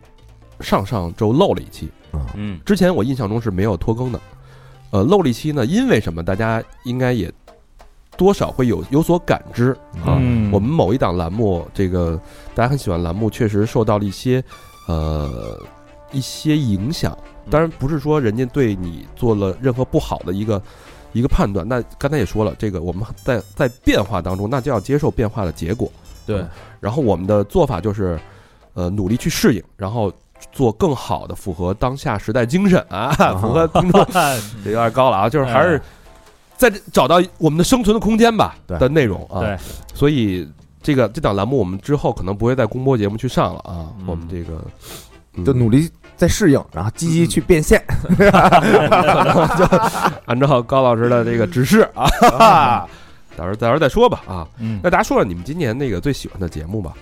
上上周漏了一期，
嗯
之前我印象中是没有拖更的。呃，漏了一期呢，因为什么？大家应该也多少会有有所感知啊。
嗯
我们某一档栏目，这个大家很喜欢栏目，确实受到了一些呃一些影响。当然不是说人家对你做了任何不好的一个一个判断。那刚才也说了，这个我们在在变化当中，那就要接受变化的结果。嗯
对，
然后我们的做法就是，呃，努力去适应，然后做更好的，符合当下时代精神啊，符合听众这有点高了啊，就是还
哎
是在这找到我们的生存的空间吧
对
的内容啊。
对，
所以这个这档栏目我们之后可能不会在公播节目去上了啊，
嗯
我们这个、嗯
就努力在适应，然后积极去变现。
嗯按照高老师的这个指示啊，
嗯
到时候到时候再说吧啊。
嗯
那大家说说你们今年那个最喜欢的节目吧。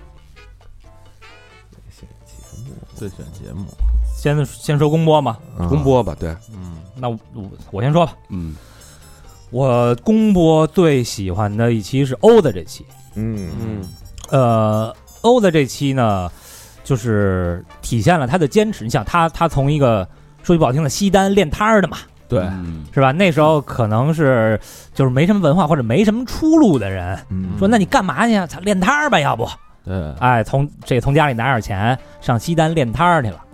最选节目，
先先说公播嘛，
啊
公播吧，对，
嗯，
那我我我先说吧。
嗯，
我公播最喜欢的一期是欧的这期，
嗯
嗯
呃，欧的这期呢，就是体现了他的坚持。你想他，他从一个说句不好听的西单练摊儿的嘛，
对，
是吧？那时候可能是就是没什么文化或者没什么出路的人，
嗯
说那你干嘛去啊？操练摊儿吧，要不
对，
哎，从这从家里拿点钱上西单练摊儿去了。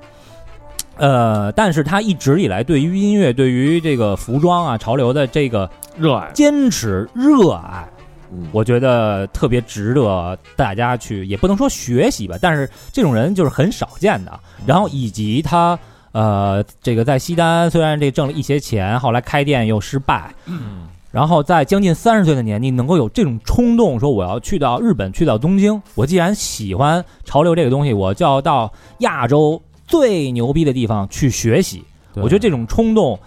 呃，但是他一直以来对于音乐、对于这个服装啊、潮流的这个
热爱，
坚持、热爱，
嗯
我觉得特别值得大家去，也不能说学习吧，但是这种人就是很少见的。啊然后以及他呃，这个在西单虽然这挣了一些钱，后来开店又失败，
嗯
然后在将近三十岁的年纪，能够有这种冲动，说我要去到日本，去到东京。我既然喜欢潮流这个东西，我就要到亚洲最牛逼的地方去学习。
对
我觉得这种冲动，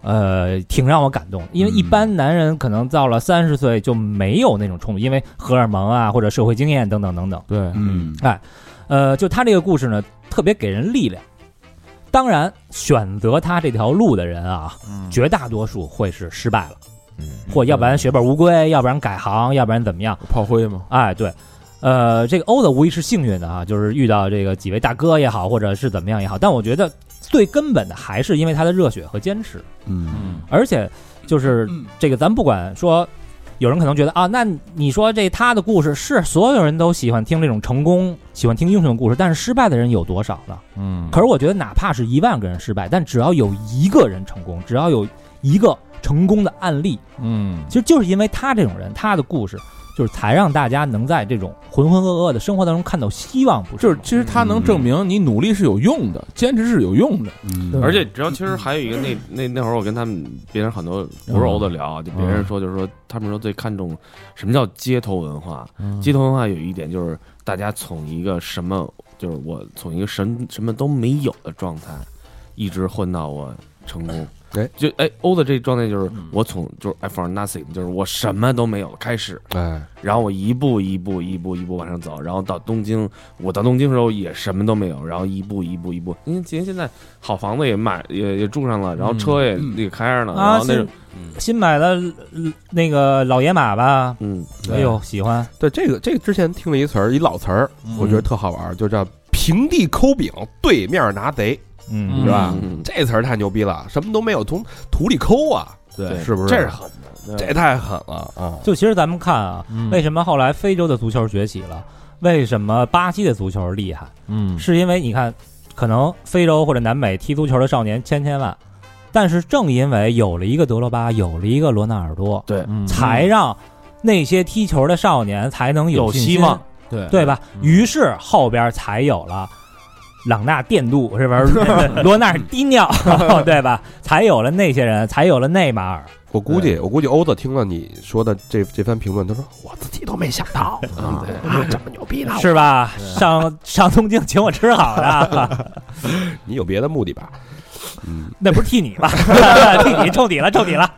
呃，挺让我感动。因为一般男人可能到了三十岁就没有那种冲动，因为荷尔蒙啊，或者社会经验等等等等。
对，
嗯
呃，就他这个故事呢，特别给人力量。当然，选择他这条路的人啊，
嗯
绝大多数会是失败了。
嗯
或要不然血本无归，要不然改行，要不然怎么样？
炮灰嘛，
哎，对，呃，这个欧子无疑是幸运的啊，就是遇到这个几位大哥也好，或者是怎么样也好，但我觉得最根本的还是因为他的热血和坚持，
嗯
而且就是这个，咱不管说。有人可能觉得啊，那你说这他的故事是所有人都喜欢听这种成功，喜欢听英雄的故事，但是失败的人有多少呢？
嗯
可是我觉得，哪怕是一万个人失败，但只要有一个人成功，只要有一个成功的案例，
嗯
其实就是因为他这种人，他的故事，就是才让大家能在这种浑浑噩噩的生活当中看到希望，不是
就
吗？
是其实他能证明你努力是有用的，坚持是有用的，
嗯
而且你知道，其实还有一个那那那会儿我跟他们别人很多不是欧的
嗯
聊啊，就别人说就是说他们说最看重什么叫街头文化。
嗯
街头文化有一点就是大家从一个什么就是我从一个什么什么都没有的状态，一直混到我成功。
哎，
就哎欧的这状态就是
嗯
我从就是 I for nothing，就是我什么都没有开始，
哎，
然后我一步一步一步一步往上走，然后到东京，我到东京的时候也什么都没有，然后一步一步一步，因为今现在好房子也买也也住上了，然后车也那个开上了，
啊
然后那种
新新买的呃那个老野马吧，
嗯，
哎呦，喜欢
对这个这个之前听了一词儿，一老词儿，我觉
嗯
得特好玩儿，就叫平地抠饼，对面拿贼，
嗯
是吧？
嗯
这词儿太牛逼了，什么都没有，从土里抠啊，
对
是不是？
这是狠的，
这太狠了嗯啊！
就其实咱们看啊，
嗯
嗯
为什么后来非洲的足球崛起了？为什么巴西的足球厉害？
嗯
是因为你看，可能非洲或者南美踢足球的少年千千万，但是正因为有了一个德罗巴，有了一个罗纳尔多，
对
嗯
才让那些踢球的少年才能
有
信
希
心
望，
对
对吧？
嗯
于是后边才有了朗纳电镀，是不 是？罗纳尔迪尼奥， 对吧？才有了那些人，才有了内马尔。
我估计我估计欧子听了你说的这这番评论，他说我自己都没想到啊啊这么牛逼呢，
是吧？上上东京请我吃好的，
你有别的目的吧？嗯
那不是替你吗？ 替你，冲你了，冲你了。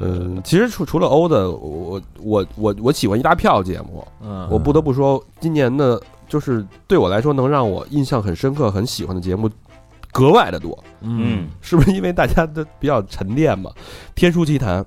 嗯，其实除除了欧的，我我我我喜欢一大票节目，
嗯
我不得不说，今年的就是对我来说能让我印象很深刻、很喜欢的节目格外的多，
嗯
是不是因为大家都比较沉淀嘛？天书奇谭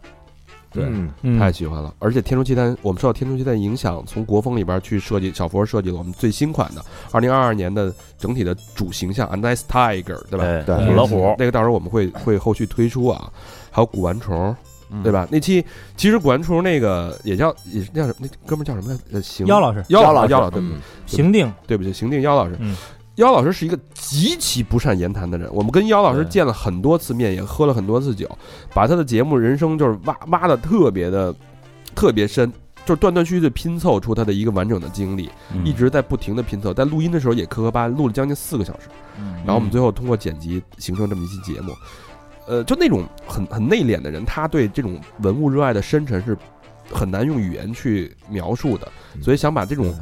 对，嗯
太喜欢了，而且天书奇谭，我们受到天书奇谭影响，从国风里边去设计，小佛设计了我们最新款的二零二二年的整体的主形象 a n i c e Tiger，对吧？
嗯
对
对
母老虎，
那个到时候我们会会后续推出啊，还有古玩虫，
嗯
对吧？那期其实古玩虫那个也叫也是叫什么？那哥们儿叫什么来着？呃，行
妖老师，
妖老
妖
妖
老
老
师
对不起
行定，
对不起，刑定妖老师
嗯。
妖老师是一个极其不善言谈的人，我们跟妖老师
对
见了很多次面，也喝了很多次酒，把他的节目人生就是挖挖的特别的特别深，就是断断续续的拼凑出他的一个完整的经历，
嗯
一直在不停的拼凑，在录音的时候也磕磕巴，录了将近四个小时，
嗯
然后我们最后通过剪辑形成这么一期节目，呃，就那种很很内敛的人，他对这种文物热爱的深沉是很难用语言去描述的，所以想把这种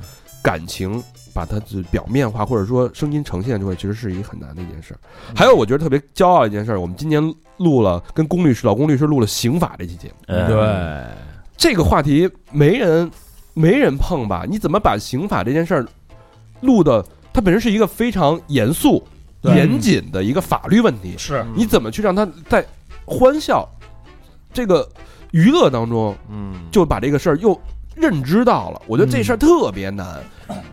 感情把它只表面化，或者说声音呈现出来，其实是一个很难的一件事儿。还有，我觉得特别骄傲一件事儿，我们今年录了跟龚律师、老龚律师录了刑法这期节目，
对，
这个话题没人没人碰吧？你怎么把刑法这件事儿录的？它本身是一个非常严肃、
对
严谨的一个法律问题，
是
你怎么去让它在欢笑这个娱乐当中
嗯，
就把这个事儿又认知到了？我觉得这事儿特别难，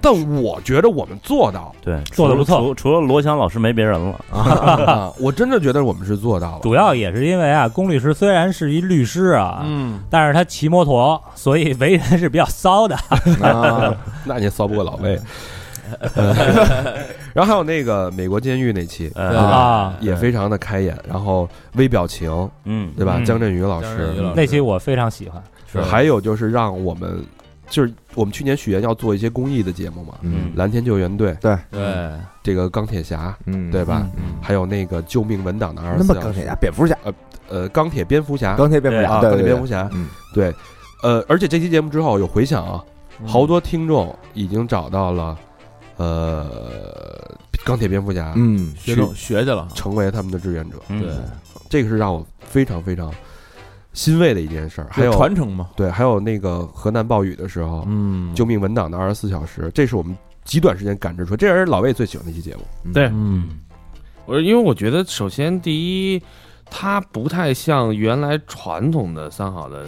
但我觉得我们做到
对，
做得不错
除除除了罗翔老师没别人了，
了啊！我真的觉得我们是做到了。
主要也是因为啊，龚律师虽然是一律师啊，
嗯，
但是他骑摩托，所以为人是比较骚的。
啊，
那你也骚不过老魏。呃 然后还有那个美国监狱那期，
嗯
啊，
也非常的开眼，然后微表情，
嗯，
对吧？
嗯
江振宇老
江振宇
师，
老
那期我非常喜欢。
是
还有就是让我们，就是我们去年许愿要做一些公益的节目嘛，
嗯
蓝天救援队，
对，
这个钢铁侠，
嗯，
对吧？
嗯？
还有那个救命文档的二
那
十
么
四
钢
小
铁
时
侠、，蝙蝠侠、
呃，钢铁蝙蝠侠
钢铁蝙蝠
啊，
侠、对
钢铁
对
蝙蝠
对，
侠
嗯，
对，呃，而且这期节目之后有回响啊，
嗯
好多听众已经找到了，呃，钢铁蝙蝠侠，
嗯，
去
学中学去了，
成为他们的志愿者，
嗯
对，
这个是让我非常非常欣慰的一件事儿。还有
传承嘛，
对，还有那个河南暴雨的时候，
嗯，
救命文档的二十四小时，这是我们极短时间感知出来。这也是老魏最喜欢的一期节目。
嗯，
哎
我因为我觉得，首先第一，它不太像原来传统的三好的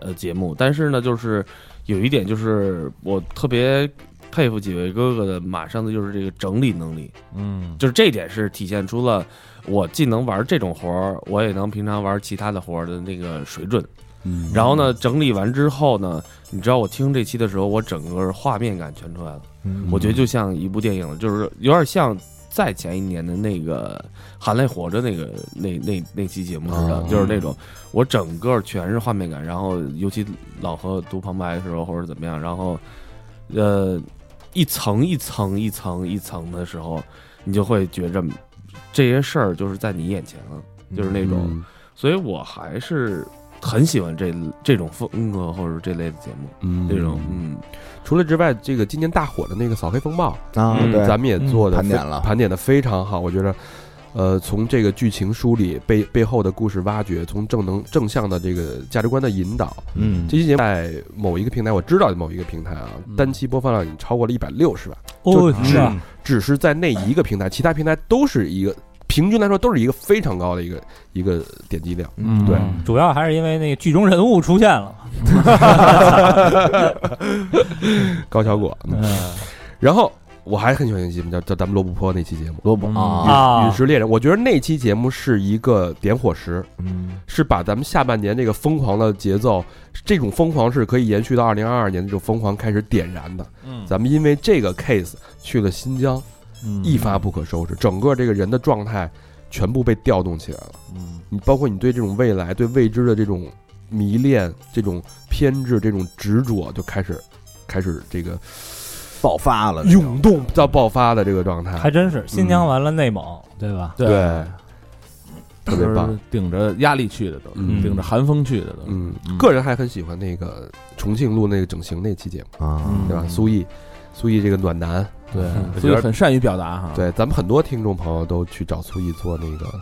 呃节目，但是呢，就是有一点就是我特别佩服几位哥哥的，马上的就是这个整理能力，
嗯，
就是这一点是体现出了我既能玩这种活儿，我也能平常玩其他的活儿的那个水准。
嗯
然后呢，整理完之后呢，你知道我听这期的时候，我整个画面感全出来了。
嗯
我觉得就像一部电影，就是有点像再前一年的那个《含泪活着》那个那那那期节目似的，
哦
就是那种我整个全是画面感，然后尤其老何读旁白的时候或者怎么样，然后呃一层一层一层一层的时候，你就会觉着这些事儿就是在你眼前了，就是那种，
嗯
所以我还是很喜欢这这种风格或者这类的节目，
嗯
这种嗯
除了之外，这个今年大火的那个扫黑风暴，
啊，
嗯
对，
咱们也做的
嗯盘点了
盘点的非常好，我觉得。呃，从这个剧情梳理背背后的故事挖掘，从正能正向的这个价值观的引导，
嗯
这期节目在某一个平台，我知道某一个平台啊，
嗯
单期播放量已经超过了一百六十万，
哦，
嗯就是
啊，
只是在那一个平台，其他平台都是一个平均来说都是一个非常高的一个一个点击量。
嗯
对
主要还是因为那个剧中人物出现了。
高桥果，嗯
嗯
然后我还很喜欢一期节目叫叫咱们罗布泊那期节目
萝卜
嗯
啊，
《
啊
陨，石猎人》，我觉得那期节目是一个点火石，
嗯
是把咱们下半年这个疯狂的节奏，这种疯狂是可以延续到二零二二年这种疯狂开始点燃的。
嗯
咱们因为这个 case 去了新疆，
嗯
一发不可收拾，整个这个人的状态全部被调动起来了。
嗯
你包括你对这种未来、对未知的这种迷恋、这种偏执、这种执着，就开始开始这个
爆发了，
涌动到爆发的这个状态。
还真是新疆完了内蒙，对吧？
对，啊
特别棒，
顶着压力去的都，
嗯
顶着寒风去的都，
嗯，个人还很喜欢那个重庆录那个整形那期节目，
啊，
对
嗯
吧？苏毅，苏毅这个暖男，
对，所以很善于表达
啊
哈，，
对，咱们很多听众朋友都去找苏毅做那个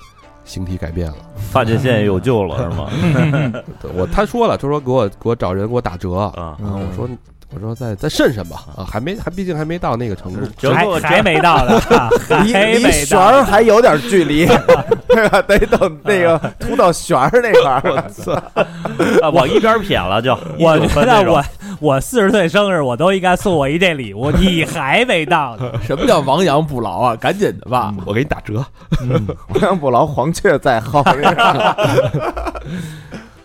形体改变了。
发际线有救了是吗？
对 我他说了，他说给我给我找人给我打折，啊，
啊，
嗯
我说我说再再慎慎吧，啊，还没还毕竟还没到那个程度。
折
还
扣
还没到呢，啊还
离离
没
旋
到
儿
呢。
还有点距离， 对吧？得等那个突到旋儿那块儿，
啊往一边撇了就。
我
一九
觉
分那
得
种
我我四十岁生日，我都应该送我一这礼物，你还没到呢。
什么叫亡羊补牢啊？赶紧的吧，
我给你打折。
亡羊补牢，黄雀在后。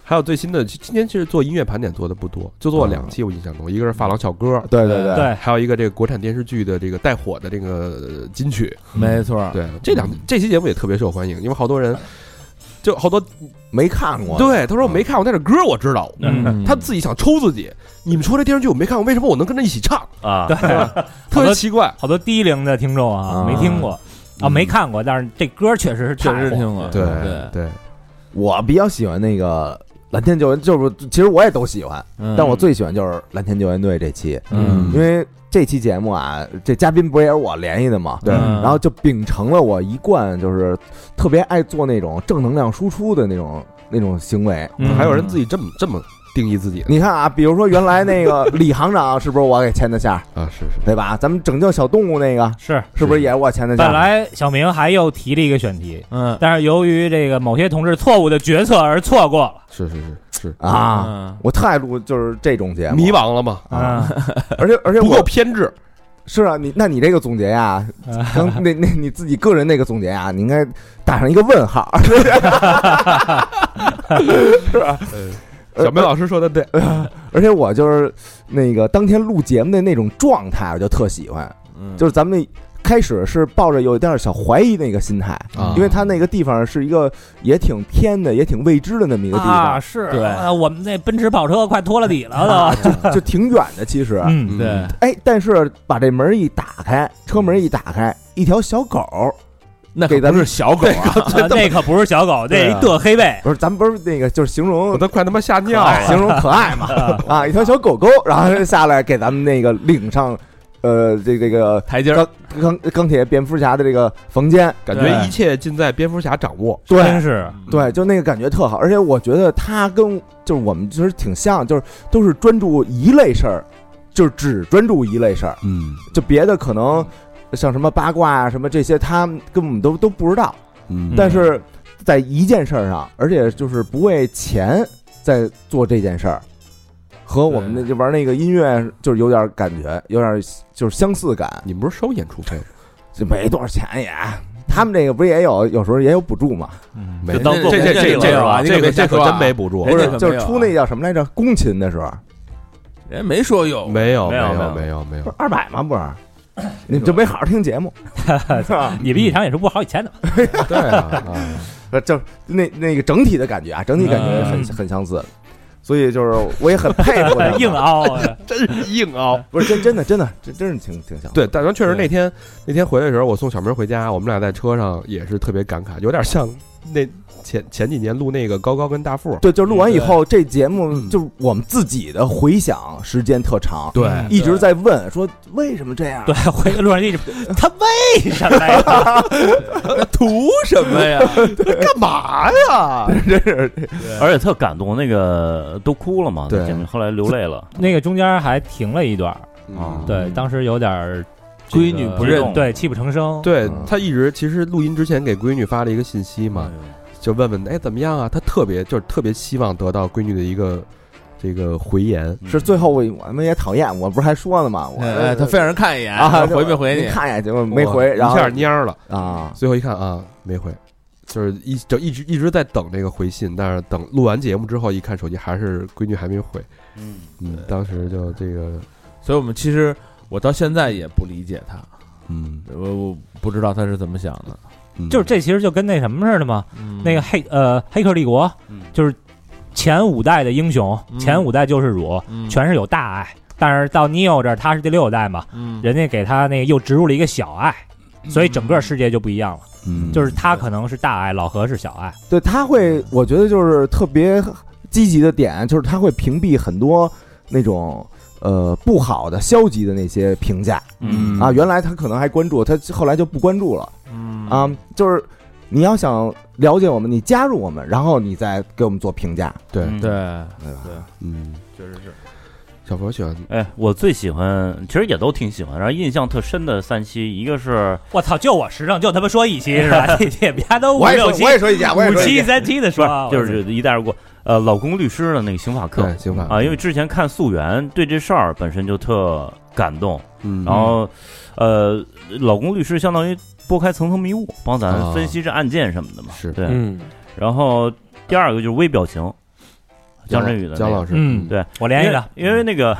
还有最新的，今年其实做音乐盘点做的不多，就做了两期，我印象中，一个是发廊小哥，
对对对，
对，
还有一个这个国产电视剧的这个带火的这个呃金曲。
嗯
没错，
对，这两这期节目也特别受欢迎，因为好多人就好多
没看过，
对他说我没看过，但是歌我知道，
嗯
他自己想抽自己。你们说这电视剧我没看过，为什么我能跟着一起唱？
啊，
特别奇怪。
好多低龄的听众啊，
啊
没听过啊，没看过，但是这歌确实是
确
太
实
火
听
了
过，
对
对，
对，
我比较喜欢那个蓝天救援就是，其实我也都喜欢，
嗯
但我最喜欢就是蓝天救援队这期，
嗯
因为这期节目啊，这嘉宾不也是我联系的嘛，
对嗯
然后就秉承了我一贯就是特别爱做那种正能量输出的那种那种行为。
嗯
还有人自己这么这么定义自己呢
你看啊，比如说原来那个李行长是不是我给签的下，
啊，是是，
对吧？咱们拯救小动物那个
是。
是不是也是我签的
本
下？
来小明还又提了一个选题，
嗯
但是由于这个某些同志错误的决策而错过了。
是是是是，
嗯
啊，，我特爱录就是这种节目，
迷茫了嘛，
嗯
啊，而且而且
不够
我
偏执，
是啊，你那你这个总结呀，
嗯
刚那那你自己个人那个总结啊，你应该打上一个问号，是吧？呃
嗯小梅老师说的对，
而且我就是那个当天录节目的那种状态，我就特喜欢。
嗯
就是咱们开始是抱着有一点小怀疑那个心态，
嗯
啊
因为他那个地方是一个也挺偏的、也挺未知的那么一个地
啊，
方，
是，
对
啊我们那奔驰跑车快脱了底了都。
就挺远的。其实，
嗯，
嗯
对，
哎，但是把这门一打开，车门一打开，一条小狗，
那
给咱们
是小狗啊，
啊那可不是小狗，那
对
是
啊
一嘚黑背。
不是咱们不是那个就是形容
我都快他妈吓尿了，
形容可爱嘛啊，一条小狗狗，然后下来给咱们那个领上，呃，这这个
台阶儿
钢钢钢铁蝙蝠侠的这个房间，
感觉一切尽在蝙蝠侠掌握。
真
对
是，
对，就那个感觉特好，而且我觉得他跟就是我们其实挺像，就是都是专注一类事儿，就是只专注一类事儿，
嗯
就别的可能像什么八卦啊什么这些，他们根本都都不知道，
嗯
但是在一件事儿上，而且就是不为钱在做这件事儿，和我们那就玩那个音乐就是有点感觉，有点就是相似感，
你们不是收演出费吗？
就没多少钱也。 他们这个不是也有有时候也有补助嘛？
嗯
没
就当做
这这这
这个吧
这这
你可别
个这
瞎说
可
啊
真没补助，
不
人
是
家，可
就
没
是
有
出那叫什么来着？工勤的时候
人没说有，
没有
没有
有
没
没有没
不
有
是，二百吗？不是，你就没好好听节 目，是吧？
你们一场演出不好几千的吧，
对啊，啊
不是就是那那个整体的感觉啊，整体感觉很
嗯
很相似，所以就是我也很佩服 他们
硬凹啊。
真是硬凹。
不是真真的真的真真是挺挺像。
对，但咱确实那天那天回来的时候，我送小明回家，我们俩在车上也是特别感慨，有点像那前前几年录那个高高跟大富，
对，就录完以后，这节目
嗯
就是我们自己的回想时间特长，
对
嗯
一直在问说为什么这样
对，，回来路上一直，他为什么 呀？
图什么呀？
干嘛呀？
而且特感动，那个都哭了嘛，
对
简直后来流泪了。
那个中间还停了一段儿，
嗯
对，
嗯
当时有点儿这个
闺女不认，
对，泣不成声。
对
嗯
他一直其实录音之前给闺女发了一个信息嘛，就问问哎怎么样啊？他特别就是特别希望得到闺女的一个这个回言，
是最后我我们也讨厌，我不是还说了吗？我
哎，他非让人看一眼
啊
回没回
您
你？
看一眼，结果没回，
我
然后
一下蔫了，
啊，
最后一看啊没回，就是一就一直一直在等这个回信，但是等录完节目之后一看手机还是闺女还没回，
嗯，
嗯，当时就这个
所以我们其实我到现在也不理解他，
嗯
我我不知道他是怎么想的。
嗯
就是这其实就跟那什么似的嘛，那个黑呃《黑客帝国》
嗯
就是前五代的英雄，
嗯
前五代救世主，
嗯
全是有大爱，但是到 Neo 这儿他是第六代嘛，
嗯
人家给他那个又植入了一个小爱，所以整个世界就不一样了。
嗯
就是他可能是大爱，老何是小爱。
对他会，我觉得就是特别积极的点，就是他会屏蔽很多那种呃不好的、消极的那些评价
嗯
啊。原来他可能还关注，他后来就不关注了
嗯
啊。就是你要想了解我们，你加入我们，然后你再给我们做评价，
对
嗯
对，
对吧？
嗯
确实是
小佛喜欢
哎，我最喜欢，其实也都挺喜欢，然后印象特深的三期，一个是
我操，就我时尚，就他妈说一 期是吧？这这别都五
我也
六
说，
期
我、也说一下，我也
五
说一
期、
下。
三期的
不
说
是
啊，
就是一带而过，呃，老公律师的那个刑法课
对刑法
啊，因为之前看《溯源》，对这事儿本身就特感动，
嗯
然后，呃，老公律师相当于拨开层层迷雾，帮咱
啊
分析这案件什么的嘛。
是
对。
嗯，
然后第二个就是微表情，江振宇的那个
姜老师
嗯
对，
我
哎
联系
因
他
为，因为那个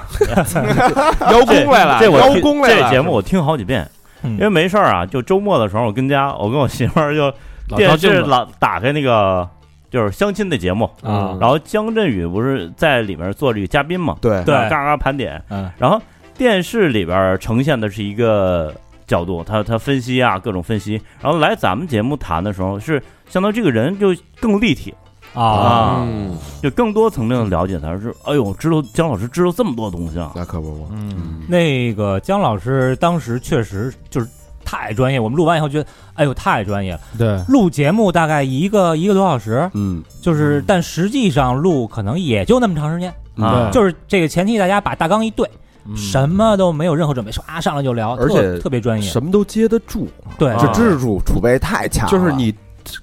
邀功来了，
这我
邀
听
功来了，
这节目我听好几遍，
因
嗯
因为没事儿啊，就周末的时候我跟家，我跟我媳妇儿就
老照
电
镜
视
子嗯
老打开那个就是相亲的节目，
啊
然后江振宇不是在里面做这个嘉宾嘛，
对
对
嘎嘎盘点，
嗯，
然后电视里边呈现的是一个角度，他他分析啊，各种分析，然后来咱们节目谈的时候是相当于这个人就更立体，
啊，
啊
嗯，
就更多层面的了解他，是哎呦，知道姜老师知道这么多东西啊，
那可不嘛，
嗯，
那个姜老师当时确实就是太专业，我们录完以后觉得，哎呦，太专业了。
对，
录节目大概一个一个多小时，
嗯，
就是但实际上录可能也就那么长时间，
嗯
啊，
嗯就是这个前提大家把大纲一对，
嗯
嗯
嗯
什么都没有任何准备，唰上来就聊，
而
特
且
特别专业。
什么都接得住，
对，
这知识储储备太强了，
就是你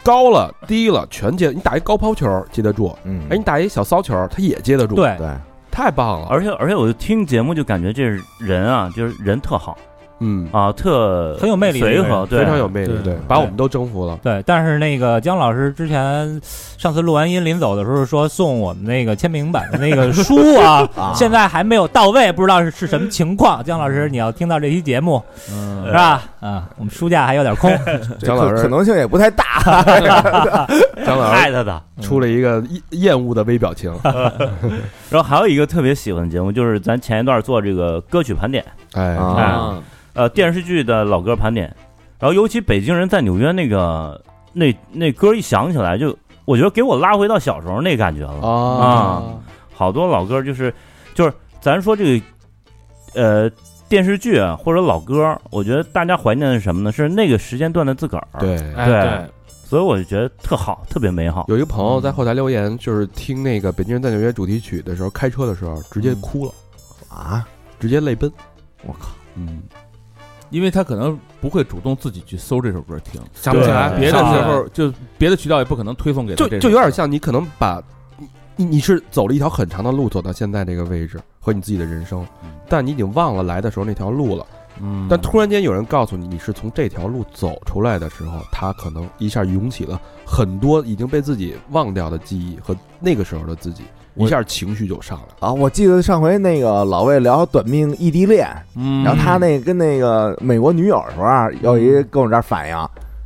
高了低了全接，你打一高抛球接得住，
嗯，
哎，你打一小骚球他也接得住，，
对，
对，
太棒了，
而且而且我就听节目就感觉这人啊，就是人特好
嗯，
啊，特
很有魅力的一
随
个
和，
人
对，
非常有魅力，
对
对，把我们都征服了，
对，但是那个姜老师之前上次录完音临走的时候说送我们那个签名版的那个书啊，
啊
现在还没有到位，不知道是是什么情况。姜老师，你要听到这期节目
嗯
是吧？啊，我们书架还有点空。
这
姜
可
老师
可能性也不太大，
张老师
爱他的。
出了一个厌厌恶的微表情，
然后还有一个特别喜欢的节目，就是咱前一段做这个歌曲盘点，
哎，
啊
啊，
呃，电视剧的老歌盘点。然后尤其北京人在纽约那个那那歌一响起来就，我觉得给我拉回到小时候那感觉了。
啊，
好多老歌就是就是咱说这个呃电视剧啊或者老歌，我觉得大家怀念的是什么呢？是那个时间段的自个儿。，
对，
哎
对
对，
所以我就觉得特好，特别美好。
有一个朋友在后台留言，就是听那个《北京人在纽约》主题曲的时候，开车的时候直接哭了，
啊，
直接泪奔。
我靠，
嗯，
因为他可能不会主动自己去搜这首歌听，
想不起
对
来，
别的
想不起
时
来
候就别的渠道也不可能推送给他
就
这首
就有点
歌
像你可能把你你是走了一条很长的路，走到现在这个位置和你自己的人生，但你已经忘了来的时候那条路了。
嗯，
但突然间有人告诉你你是从这条路走出来的时候，他可能一下涌起了很多已经被自己忘掉的记忆和那个时候的自己，一下情绪就上来了。
啊，我记得上回那个老魏聊短命异地恋，
嗯，
然后他那跟那个美国女友的时候啊，有一跟我这儿反映，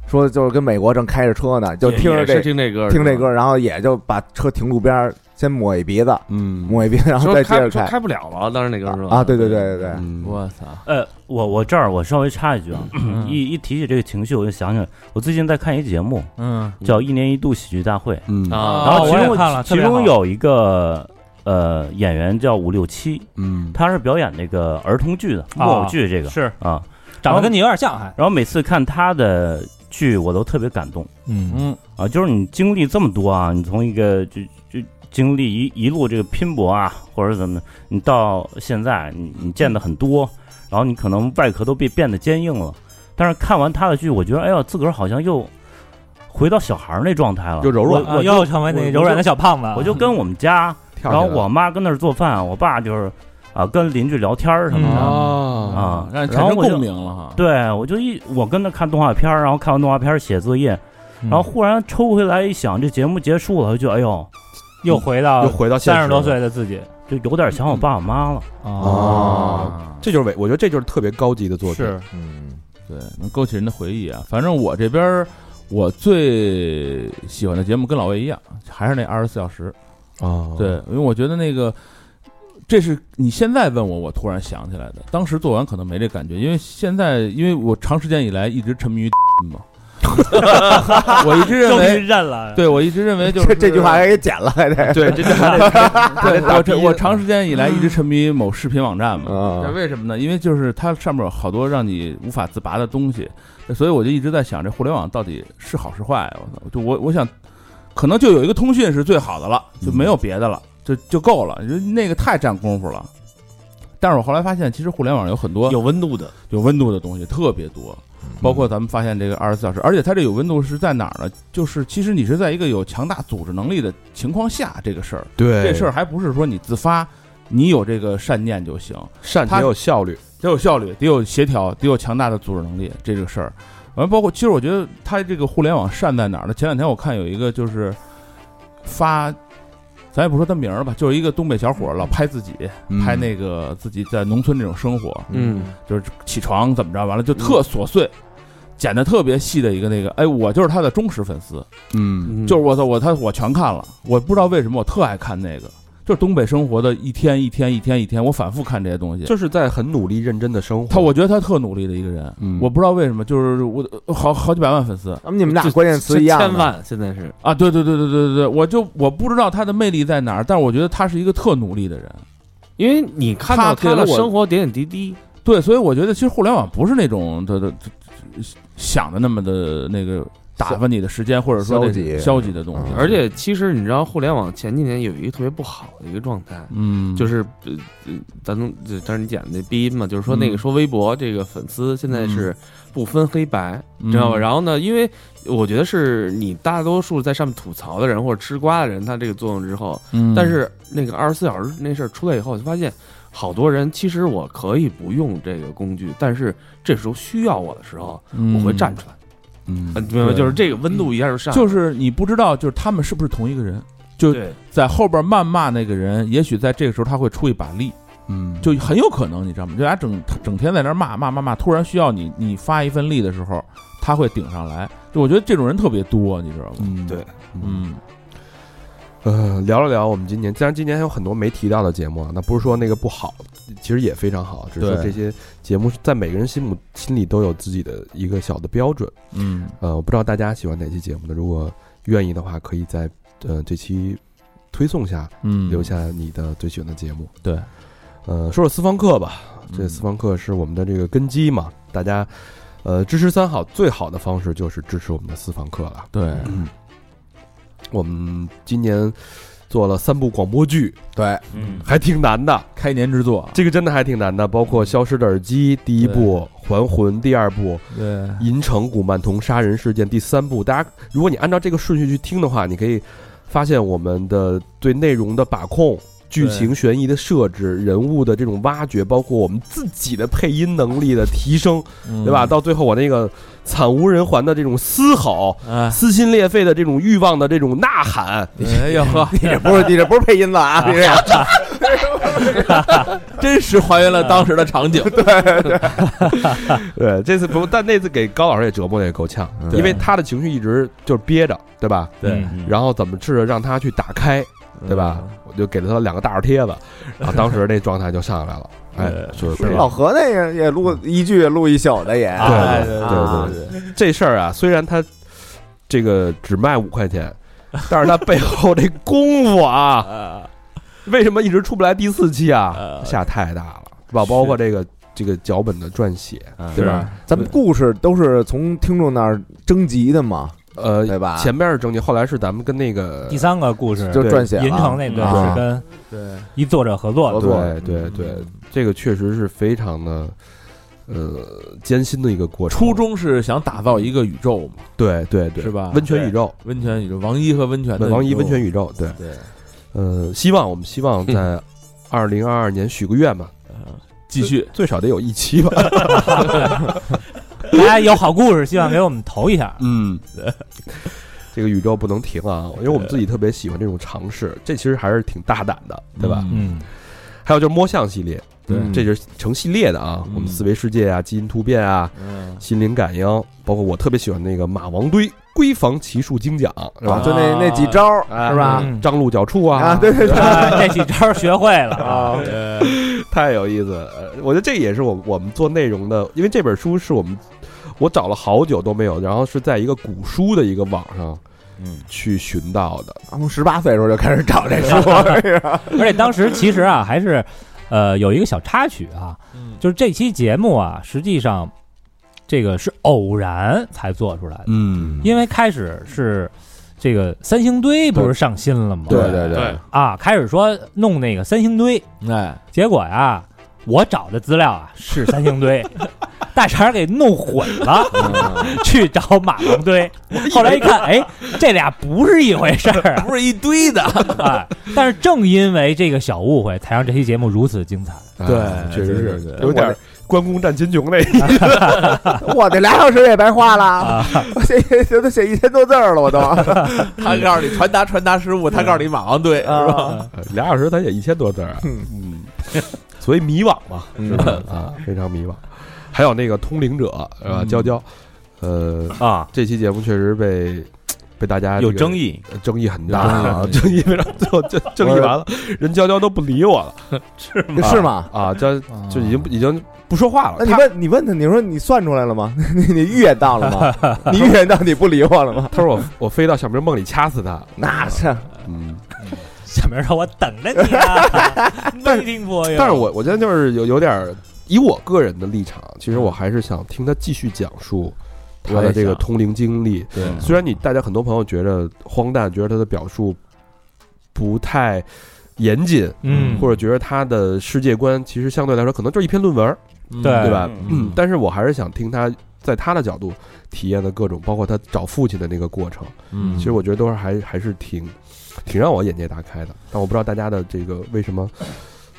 说就是跟美国正开着车呢，就听着
也是
这
听这歌，
听这歌，，然后也就把车停路边儿，先抹一鼻子，
嗯
抹一鼻子，然后
说
再接
开
着
说
开
开不了了，当时那歌是吧？
啊，对对对对对，
嗯，
我操，
呃，我我这儿我稍微插一句啊，
嗯
一一提起这个情绪，我就想起来，我最近在看一节目，
嗯
叫《一年一度喜剧大会》，
嗯
啊，
然后其
我也
中、
看了特
其
别好
中有一个呃演员叫五六七，
嗯，
他是表演那个儿童剧
啊
的木偶剧这个
是嗯
啊，
长得跟你有点像，还
然后每次看他的剧，我都特别感动
嗯
嗯
啊，就是你经历这么多啊，你从一个就就经历一一路这个拼搏啊，或者怎么的，你到现在你你见的很多，然后你可能外壳都变变得坚硬了，但是看完他的剧，我觉得哎呀，自个儿好像又回到小孩儿那状态了，
又柔软
我我就
啊又成为那柔软的小胖子。
我就跟我们家，
跳
然后我妈跟那儿做饭，我爸就是啊跟邻居聊天
嗯
儿什么的。
嗯
啊
啊，
让你
然
产
后
生
我
共
就
鸣了哈，
对我就一我跟他看动画片儿，然后看完动画片儿写作业，
嗯
然后忽然抽回来一想，这节目结束了，我就哎呦，
又回到
又回到现
三
实
十多岁的自己
就有点想我爸我妈了。
哦，这就是伟，我觉得这就是特别高级的作品。
是
嗯，
对，能勾起人的回忆啊。反正我这边儿我最喜欢的节目跟老魏一样，还是那二十四小时。
啊，
对，，因为我觉得那个，这是你现在问我，我突然想起来的。当时做完可能没这感觉，因为现在因为我长时间以来一直沉迷于 嘛，我一直认
终
为，
于认了。
对我一直认为就是
这这句话还给剪了，还得
对，这这 还得
对我这
逼
我长时间以来一直沉迷于某视频网站嘛，那
啊，
为什么呢？因为就是它上面有好多让你无法自拔的东西，所以我就一直在想，这互联网到底是好是坏？我操！就我我想，可能就有一个通讯是最好的了，就没有别的了，就就够了。就那个太占功夫了。但是我后来发现，其实互联网有很多
有温度的，嗯
有温度的东西特别多，包括咱们发现这个二十四小时，而且它这有温度是在哪儿呢？就是其实你是在一个有强大组织能力的情况下，这个事儿，
对
这事儿还不是说你自发，你有这个善念就行。
善且有效率，
得有效率，得有协调，得有强大的组织能力，这个事儿。完，包括其实我觉得它这个互联网善在哪儿呢？前两天我看有一个就是发，咱也不说他名儿吧，就是一个东北小伙儿老拍自己，
嗯
拍那个自己在农村这种生活，
嗯，
就是起床怎么着，完了就特琐碎。剪的特别细的一个那个，哎，我就是他的忠实粉丝，
嗯
就是我操我他我全看了，我不知道为什么我特爱看那个，就是东北生活的一天一天一天一天，我反复看这些东西。
就是在很努力认真的生活。
他，我觉得他特努力的一个人，
嗯，
我不知道为什么，就是我呃好好几百万粉丝
那么你们俩
这
关键词一样
千
的，
万现在是
啊！对对对对对对对，我就我不知道他的魅力在哪儿，但是我觉得他是一个特努力的人。
因为你看到
他给
他
了
的
我
生活点点滴滴，
对，所以我觉得其实互联网不是那种的的想的那么的那个打发你的时间，或者说
消
那
极
消极的东西。
嗯
而且其实你知道，互联网前几年有一个特别不好的一个状态，
嗯，
就是是呃，呃咱能，就当然你讲那逼音嘛，就是说那个
嗯
说微博这个粉丝现在是不分黑白，
嗯
知道吧？然后呢，因为我觉得是你大多数在上面吐槽的人或者吃瓜的人，他这个作用之后，
嗯
但是那个二十四小时那事儿出来以后，就发现好多人其实我可以不用这个工具，但是这时候需要我的时候，我会站出来，
嗯
嗯，明白吗？
对
就是这个温度一下就上
嗯
来了，
就是你不知道，就是他们是不是同一个人，就
对。
在后边谩骂那个人，也许在这个时候他会出一把力，
嗯，
就很有可能，你知道吗？就他整整天在那儿骂骂骂骂，突然需要你你发一份力的时候，他会顶上来。就我觉得这种人特别多，你知道吗？
嗯，
对，
嗯，
嗯
呃，聊了聊我们今年，既然今年还有很多没提到的节目啊，那不是说那个不好，其实也非常好，只是说
对
这些节目在每个人心目心里都有自己的一个小的标准。
嗯，
呃，我不知道大家喜欢哪期节目呢？如果愿意的话，可以在呃这期推送下
嗯
留下你的最喜欢的节目。
对，
呃，
嗯
说说私房课吧，这私房课是我们的这个根基嘛，大家呃支持三好最好的方式就是支持我们的私房课了。
对，
我们今年做了三部广播剧，
对，
嗯，
还挺难的，
开年之作，
这个真的还挺难的，包括《消失的耳机》第一部，《还魂》第二部，
对
《银城古曼童杀人事件》第三部。大家，如果你按照这个顺序去听的话，你可以发现我们的对内容的把控、剧情悬疑的设置、人物的这种挖掘，包括我们自己的配音能力的提升，
嗯
对吧？？到最后我那个惨无人寰的这种嘶吼、
哎
撕心裂肺的这种欲望的这种呐喊，
哎 呦呵，
你这不是你这不是配音了啊，你这
真实还原了当时的 场景。
对，这次不，但那次给高老师也折磨的也够呛，
嗯
因为他的情绪一直就是憋着，对吧？
对
嗯
然后怎么试着让他去打开，对吧？
嗯
我就给了他两个大耳贴子，然后当时那状态就上来了，哎，就是
老何那个也录一句也录一宿的也，
对对
啊
对对对，这事儿啊，虽然他这个只卖五块钱，但是他背后这功夫啊，为什么一直出不来第四期啊？下太大了，是吧？包括这个这个脚本的撰写，对吧？
咱们故事都是从听众那儿征集的嘛，
呃，
对啊吧
前边是正经，后来是咱们跟那个
第三个故事
就撰写了
银城那
啊
个是跟
对，
一作者合作的，
合作
对对对，这个确实是非常的呃艰辛的一个过程。
初衷是想打造一个宇宙嘛，
对对对，
是吧
温泉宇宙，
温泉宇宙，王一和温泉的
王一温泉
宇
宇宙，对
宙，对，
呃，希望我们希望在二零二二年许个愿吧，
继续
嗯最少得有一期 吧。
大家有好故事，希望给我们投一下。
嗯，这个宇宙不能停啊，因为我们自己特别喜欢这种尝试，这其实还是挺大胆的，对吧？？
嗯，
还有就是摸象系列，
对
这就是成系列的啊，
嗯
我们思维世界啊，基因突变啊，
嗯
心灵感应，包括我特别喜欢那个马王堆闺房奇术精讲，是
啊，
吧？
就那那几招儿是吧？
嗯
张鹿角处啊，
啊，对对对，
啊这几招学会了 啊，
太有意思了。呃我觉得这也是我我们做内容的，因为这本书是我们我找了好久都没有，然后是在一个古书的一个网上，
嗯，
去寻到的。
从十八岁的时候就开始找这书，是吧
而且当时其实啊，还是呃有一个小插曲啊，就是这期节目啊，实际上这个是偶然才做出来的，
嗯
因为开始是这个三星堆不是上新了吗？
对对对，
啊，开始说弄那个三星堆，
哎，
结果呀、我找的资料啊是三星堆，大肠儿给弄混了，去找马王堆。后来一看，哎，这俩不是一回事儿啊、
不是一堆的，
哎但是正因为这个小误会，才让这期节目如此精彩。
对，确实
对对
是
对
有点关公战秦琼那一
我这俩小时也白花
啊
了， 我写写都写一千多字儿了， 我都
他告诉你传达传达失误，他告诉你马王堆，
啊，
俩小时，咱也一千多字儿啊，嗯，所以迷惘嘛，
嗯
是吧？啊，非常迷惘。还有那个通灵者，是吧？
嗯
娇娇，呃，
啊，
这期节目确实被被大家
有
这个
争议，
呃争议很大
啊
啊，争议非常，最后争争议完了，人娇娇都不理我了
嗯
是吗？
啊，娇就已经已经不说话
啊
了。
那你
他
问你问他，你说你算出来了吗？ 你你预言到了 吗？你预言到你不理我了吗？
他说我我飞到小明梦里掐死他，
那是
嗯，
小明说：“我等着你啊，waiting for you。”
但是我我觉得就是有有点儿以我个人的立场，其实我还是想听他继续讲述他的这个通灵经历。
对
虽然你大家很多朋友觉得荒诞，觉得他的表述不太严谨，
嗯
或者觉得他的世界观其实相对来说可能就是一篇论文儿，
对
对吧？
嗯
但是我还是想听他在他的角度体验的各种，包括他找父亲的那个过程。
嗯
其实我觉得都是还还是挺挺让我眼界大开的，但我不知道大家的这个为什么。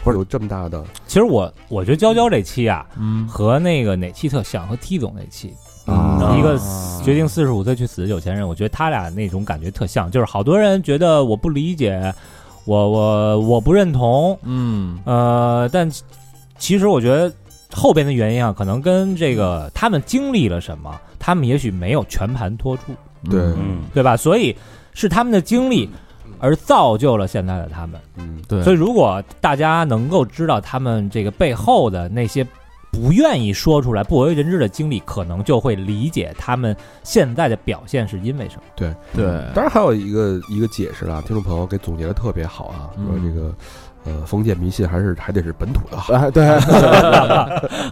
会有这么大的
其实我我觉得娇娇这期啊，
嗯
和那个哪期特像，和 T 总那期，
啊
一个决定四十五岁去死的有钱人，我觉得他俩那种感觉特像，就是好多人觉得我不理解，我我我不认同，
嗯
呃，但其其实我觉得后边的原因啊，可能跟这个他们经历了什么，他们也许没有全盘托出，
对，
嗯，
对吧？所以是他们的经历。而造就了现在的他们，
嗯，
对，
所以如果大家能够知道他们这个背后的那些不愿意说出来、不为人知的经历，可能就会理解他们现在的表现是因为 什么。
对，
当然还有一个一个解释啦，听众朋友给总结的特别好啊，
嗯
说这个呃封建迷信还是还得是本土的好，
啊，对，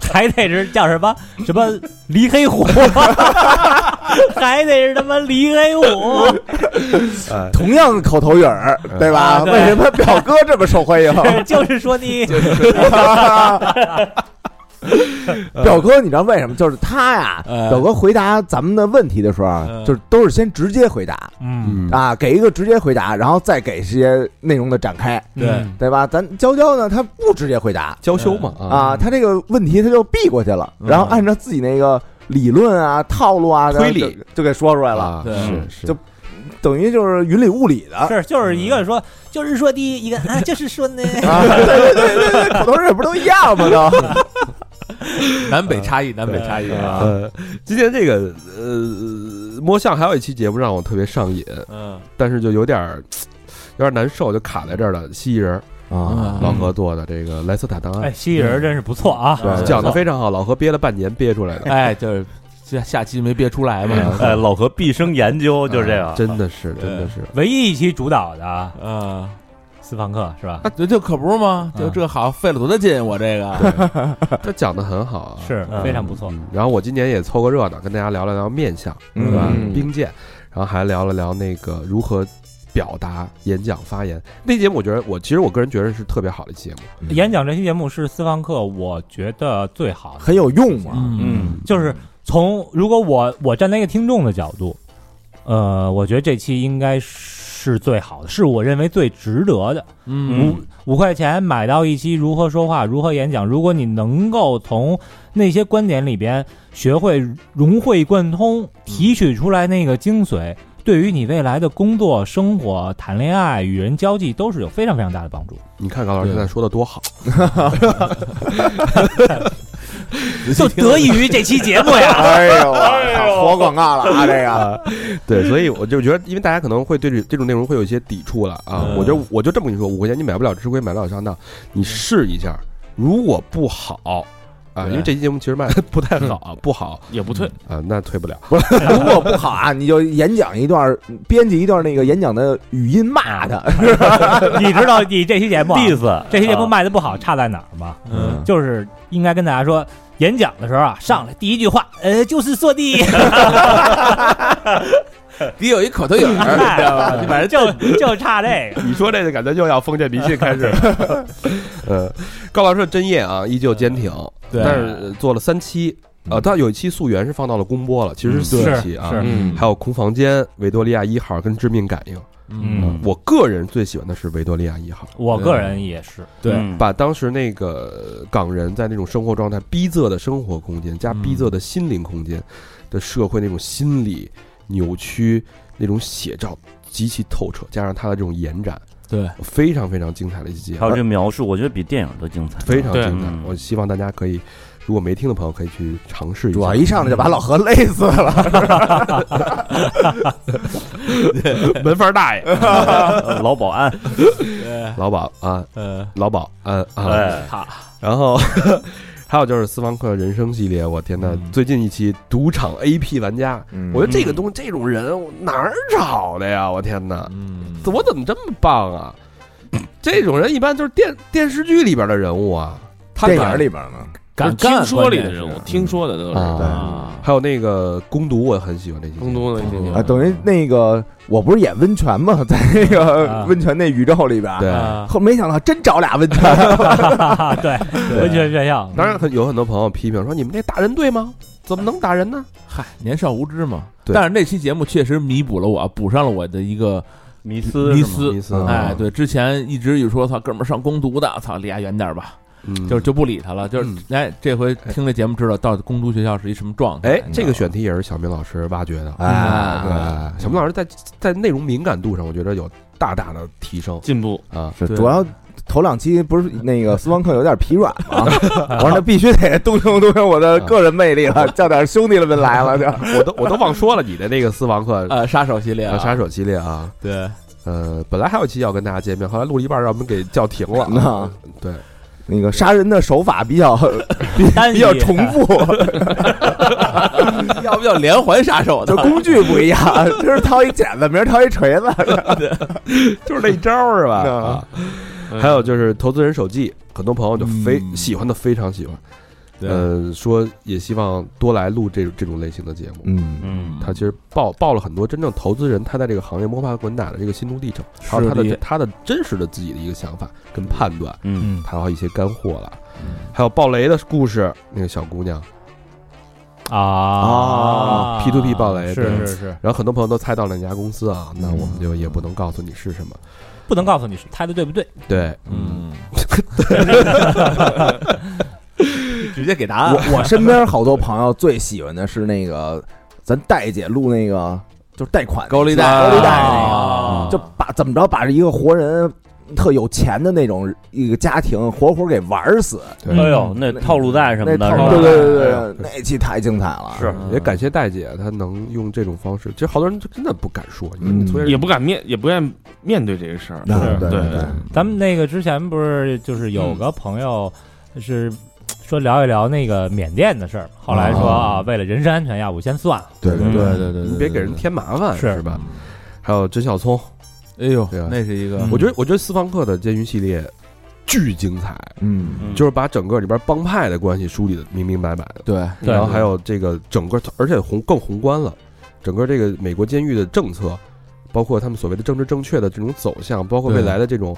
还得是叫 什么什么黎黑虎，还得是他妈黎黑 虎，
哎，
同样的口头语儿，对吧？
啊对
为什么表哥这么受欢迎？
就是说你
表哥，你知道为什么？就是他呀，
呃
表哥回答咱们的问题的时候啊，
嗯
就是都是先直接回答
嗯，
嗯，
啊，给一个直接回答，然后再给些内容的展开，
对
对吧？咱娇娇呢，她不直接回答
娇羞嘛啊，
啊，她这个问题她就避过去了，然后按照自己那个理论啊、套路啊
推理
就就给说出来了，
啊
对
是是，
就等于就是云里雾里的
是就是一个说就是说第一个 啊就是说呢，
啊，对对对对对，口头语不都一样吗？都。
南北差异，南北差异啊，
呃，今天这个呃摸象还有一期节目让我特别上瘾，
嗯
但是就有点儿有点难受，就卡在这儿了。蜥蜴人儿
啊，
老何做的这个莱斯塔档
哎，
案
蜥蜴人真是不错啊，
对
讲的非常好，老何憋了半年憋出来的，
哎，就是下下期没憋出来
嗯
嘛，
哎，老何毕生研究就是这
啊
个，
真的是真的是，
唯一一期主导的啊
啊，
斯庞克是吧？
那这这可不是吗？
嗯
就这好费了多大劲，我这个
他讲的很好啊，
是
嗯
非常不错，
嗯然后我今年也凑个热闹，跟大家聊了聊面相，
嗯
对吧？兵谏，然后还聊了聊那个如何表达、演讲、发言。那期节目我觉得我其实我个人觉得是特别好的一期节目，
演讲这期节目是斯庞克，我觉得最好的，
很有用啊嘛。
嗯
就是从如果我我站在一个听众的角度，呃，我觉得这期应该是最好的，是我认为最值得的。
嗯
五块钱买到一期如何说话、如何演讲，如果你能够从那些观点里边学会融会贯通，提取出来那个精髓，对于你未来的工作、生活、谈恋爱、与人交际都是有非常非常大的帮助。
你看高老师现在说的多好，
就得益于这期节目呀，
哎呦，活广告了啊！这个，
对，所以我就觉得，因为大家可能会对这这种内容会有一些抵触了啊。我就我就这么跟你说，五块钱你买不了吃亏，买不了上当，你试一下，如果不好。啊，因为这期节目其实卖的 不太好，不好
也不退，
啊，那退不了。
如果不好啊，你就演讲一段，编辑一段那个演讲的语音骂他。
你知道你这期节目啊、
意思
这期节目卖的不好，差在哪儿吗？
嗯，
就是应该跟大家说，演讲的时候啊，上来第一句话，呃，就是说的，
得有一口头影儿，
哎反正就就差这个。
你说这个感觉又要封建迷信开始 了。呃，高老师的针叶啊，依旧坚挺，
对
但是呃做了三期，呃，他有一期溯源是放到了公播了，其实是四期啊，
嗯
还有空房间、维多利亚一号跟致命感应。
嗯，
我个人最喜欢的是维多利亚一号，
我个人也是，
对
嗯
把当时那个港人在那种生活状态、逼仄的生活空间加逼仄的心灵空间的社会那种心理扭曲那种写照极其透彻，加上他的这种延展，
对，
非常非常精彩的一期节目
还有。这描述，我觉得比电影都精彩，
非常
对
精彩
嗯。
我希望大家可以如果没听的朋友可以去尝试一下。
主要一上来就把老何累死了，
门房大爷、呃老保安，
老啊保安，
呃，
老保安啊，
哎，
然后 还有就是斯方克人生系列，我天呐，
嗯
最近一期赌场 AP 玩家，我觉得这个东西这种人我哪儿找的呀？我天呐，
嗯
我怎么这么棒啊？这种人一般就是电电视剧里边的人物啊，他
电
敢
影里边呢，
就是
敢
听
干
说里
关
的
键是
人物，听说的都是
啊
啊，
还有那个攻读，我很喜欢这期。
更多的一
啊，
些
等于那个我不是演温泉吗？在那个
啊
温泉那宇宙里边，
对，
啊，
后没想到真找俩温泉，
对，完全这样。
当然很有很多朋友批评说你们这打人对吗？怎么能打人呢？
嗨，年少无知嘛。
对
但是那期节目确实弥补了我，补上了我的一个
迷思
迷
是吗
思。
意思啊
嗯
哎，，对，之前一直有说，操，哥们儿上攻读的，操，离他远点儿吧，
嗯
就是就不理他了。就是
嗯，
哎，这回听这节目知道到底攻读学校是一什么状态。
哎，这个选题也是小明老师挖掘的。
哎，
哎，小明老师在在内容敏感度上，我觉得有大大的提升
进 步，
啊。
是
对
主要头两期不是那个斯旺克有点疲软嘛，我说那必须得动用动用我的个人魅力了，叫点兄弟们来了就。
我都我都忘说了你的那个私房课
呃，杀手系列啊，
杀手系列啊，
对，
呃，本来还有一期要跟大家见面，后来录了一半让我们给叫停了
那
啊。对，
那个杀人的手法比较
单
比
一
较重复，
要不要连环杀手
就
呢？
工具不一样，今儿掏一剪子，明儿掏一锤子，
就是那招儿是吧？
嗯
啊，还有就是投资人手记，很多朋友就非
嗯
喜欢的非常喜欢，呃，说也希望多来录这这种类型的节目。
嗯，
嗯，
他其实报报了很多真正投资人他在这个行业摸爬滚打的这个心路历程，还有他
是
的
的
他的真实的自己的一个想法跟判断，
嗯，
还有一些干货了，还有爆雷的故事，那个小姑娘，
啊
P to P 暴雷
是是是，
然后很多朋友都猜到了哪家公司啊，那我们就也不能告诉你是什么，
不能告诉你是猜的对不对，
对，
嗯，直接给答案。
我我身边好多朋友最喜欢的是那个咱戴姐录那个就是贷款
高利贷
高利贷那个，
啊
就把怎么着把一个活人特有钱的那种一个家庭活活给玩死，
对
哎
哦
呦，那套路贷什么
那
的，
套
是
路
吧
对对对对
哎
对，那期太精彩了，
是
啊也感谢戴姐，她能用这种方式，其实好多人就真的不敢说，
嗯
所以
也不敢面，也不愿意面对这个事儿，
那
嗯
是
对
对
对，
咱们那个之前不是就是有个朋友是说聊一聊那个缅甸的事儿，后来说
啊
啊，为了人身安全，要不先算了。
对对
嗯
对，
对对
你别给人添麻烦，
是
是吧？还有甄小聪，
哎呦
对啊，
那是一个
嗯
我觉得我觉得斯方克的监狱系列巨精彩，
嗯，
嗯
就是把整个里边帮派的关系梳理的明明白白的，
对
对
然后还有这个整个，而且宏更宏观了，整个这个美国监狱的政策，包括他们所谓的政治正确的这种走向，包括未来的这种，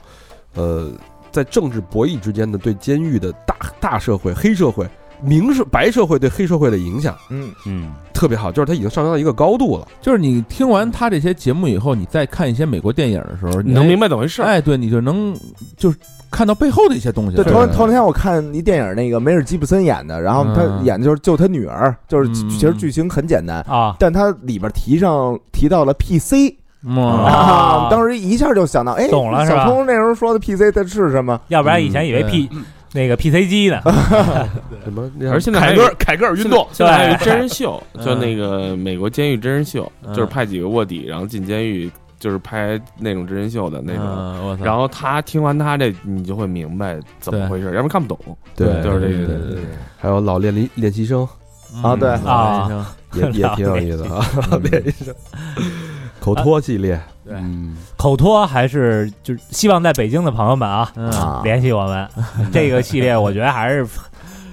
呃，在政治博弈之间的对监狱的大大社会、黑社会、明社白社会对黑社会的影响，
嗯，
嗯，
特别好，就是它已经上升到一个高度了。
就是你听完他这些节目以后，你再看一些美国电影的时候，
你能
哎
明白怎么回事儿？
哎，对，你就能就是看到背后的一些东西
对，
了。
头头两天我看一电影，那个梅尔吉布森演的，然后他
嗯
演的就是救他女儿，就是
嗯
其实剧情很简单，
啊
但他里边提上提到了 PC
哇，
啊
当时一下就想到，哎，
懂了是吧
小聪那时候说的 PC 它是什么？
要不然以前以为
嗯
P 那个 PC 机呢，
什么？
而现在还
凯
有
格尔凯格尔运动，
现在还有一
对
真人秀，
嗯
就那个美国监狱真人秀，
嗯
就是派几个卧底，然后进监狱，就是拍那种真人秀的那种。
嗯我操，
然后他听完他这，你就会明白怎么回事，要不然看不懂。
对
就是这
对
个
对
对
对
还有老练习练习生
啊对
啊，
也也挺有意思啊， 练习生
嗯
口托系列，
对
嗯
口托还是就是希望在北京的朋友们啊，
嗯
啊
联系我们。这个系列我觉得还是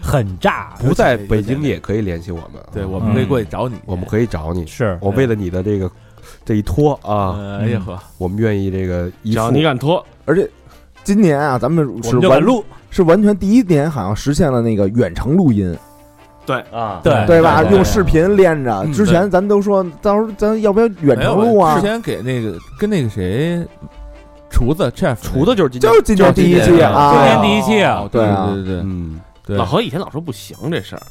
很炸，
不在北京也可以联系我们啊，
对，我们可以过去找你，
我们可以找你。
是
嗯我为了你的这个这一托啊，
嗯哎呀呵，
我们愿意这个一
只要
付
你敢脱，
而且今年啊，咱们
我
是
们就
完
敢录，
是完全第一年，好像实现了那个远程录音，
啊，
对
对吧？
哎对
用视频连着。之前咱都说，到时候咱要不要远
没有
程录啊
之？前给那个跟那个谁厨子 chef
厨子就是今
就是今年第一
今
期
年
啊，
今年第一期啊
哦对
对啊
对对
嗯，
对，
老何以前老说不行这事儿，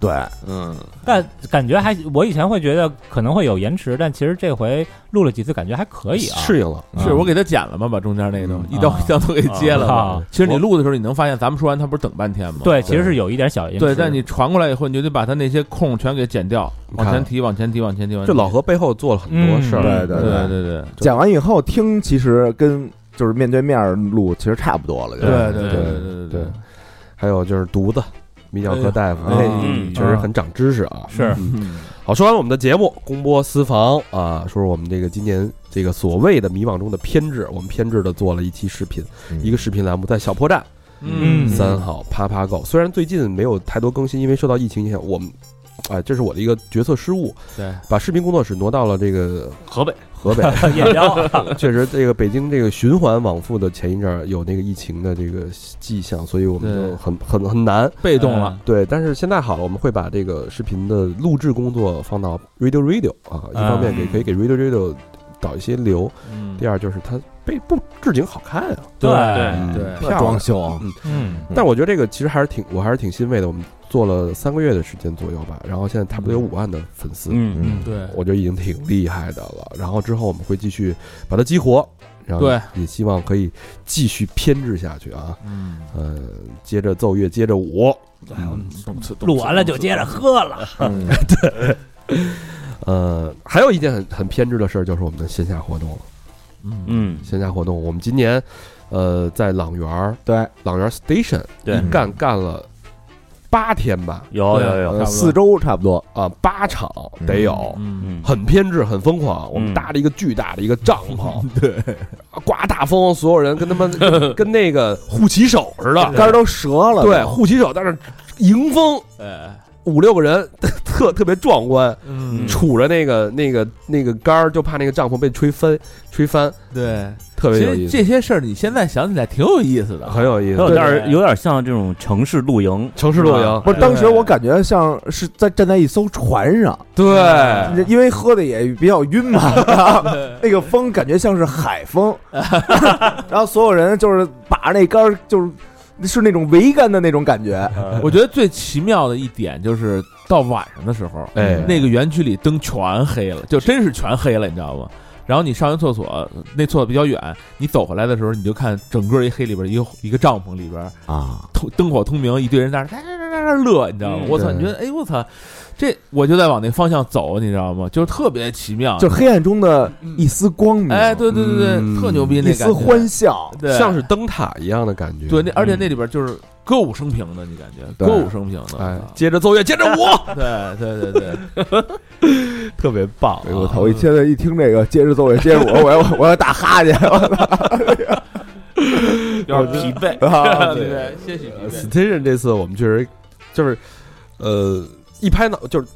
对，
嗯，
但感觉还，我以前会觉得可能会有延迟，但其实这回录了几次，感觉还可以啊。
适应了，
是我给他剪了嘛，把中间那个东西
嗯
一刀一刀都给接了嘛。
啊，
其实你录的时候，你能发现咱们说完，他不是等半天吗？
对，其实是有一点小延迟。
对，但你传过来以后，你就得把他那些空全给剪掉，
你看
往前提，往前提，往前提，往前
这
提
老何背后做了很多事儿，
对对
对对对
讲完以后听，其实跟就是面对面录其实差不多了，就
对对
对
对对
对，还有就是犊子，泌尿科大夫，
哎
哎
呦
嗯
确实很长知识啊。
是
好，说完了我们的节目，公播私房啊，说说我们这个今年这个所谓的迷惘中的偏执，我们偏执的做了一期视频，一个视频栏目在小破站
嗯
三号啪啪狗，虽然最近没有太多更新，因为受到疫情影响，我们。哎，这是我的一个决策失误，
对，
把视频工作室挪到了这个
河北
河北，
也 聊，
确实，这个北京这个循环往复的前一阵儿有那个疫情的这个迹象，所以我们就
对
很很很难。哎
被动了，
对，但是现在好了，我们会把这个视频的录制工作放到 Radio Radio 啊，一方面给可以给 Radio Radio 导一些流，
嗯
第二就是它被不置景好看啊，
对
对
对
漂亮
装。修啊
嗯
但我觉得这个其实还是挺，我还是挺欣慰的。我们做了三个月的时间左右吧，然后现在差不多有五万的粉丝，
嗯
嗯
对
我觉得已经挺厉害的了。然后之后我们会继续把它激活，然后
对
也希望可以继续偏执下去啊。
嗯，
呃，接着奏乐，接着舞。
嗯
录完了就接着喝了。
嗯
呃，还有一件很很偏执的事儿，就是我们的线下活动了。
嗯，
线下活动，我们今年呃在朗园儿
对，
朗园儿 Station
对
嗯
一嗯干干了八天吧，
有有有，
呃四周差不多，
啊、八场得有。
嗯
很偏执，很疯狂。
嗯
我们搭了一个巨大的一个帐篷， 对，刮大风，所有人跟他们跟跟那个护旗手似的，
杆儿都折了，
对，护旗手在那儿迎风，
哎，
五六个人 特特别壮观，
嗯
杵着那个那个那个杆儿，就怕那个帐篷被吹翻，吹翻，
对，
特
其
别有
实
意思，
这些事儿你现在想起来挺有意思 的，嗯
很有意
有
思。
点儿有点儿像这种城市露营，
城市露营，
不是，当时我感觉像是在站在一艘船上，
对，
哎
因为喝的也比较晕 嘛， 那个风感觉像是海风，然后所有人就是把那杆儿就是是那种桅杆的那种感觉，
我觉得最奇妙的一点就是到晚上的时候，
哎
那个园区里灯全黑了，就真是全黑了，你知道吗？然后你上完厕所，那厕所比较远，你走回来的时候，你就看整个一黑里边一个一个帐篷里边
啊，
通灯火通明，一堆人在那儿在那儿在那儿在那儿乐，你知道吗？
嗯
我操，你
对
觉得哎我操，这我就在往那方向走，你知道吗？就是特别奇妙，
就是黑暗中的一丝光明，
哎，对对对对，
嗯
特牛逼那
一
感
丝
觉，
欢笑，
对，
像是灯塔一样的感觉。
对那，而且那里边就是歌舞升平的，你感觉
对
歌舞升平的，
哎，
啊
接着奏乐，接着舞，
对对对对，
特别棒
哎呦我操！我一现在一听这个，接着奏乐，接着舞，我要我要打哈欠，
有点疲惫，
嗯
啊
对对，些许疲惫。
Station 这次我们确实就是，呃，一拍脑就是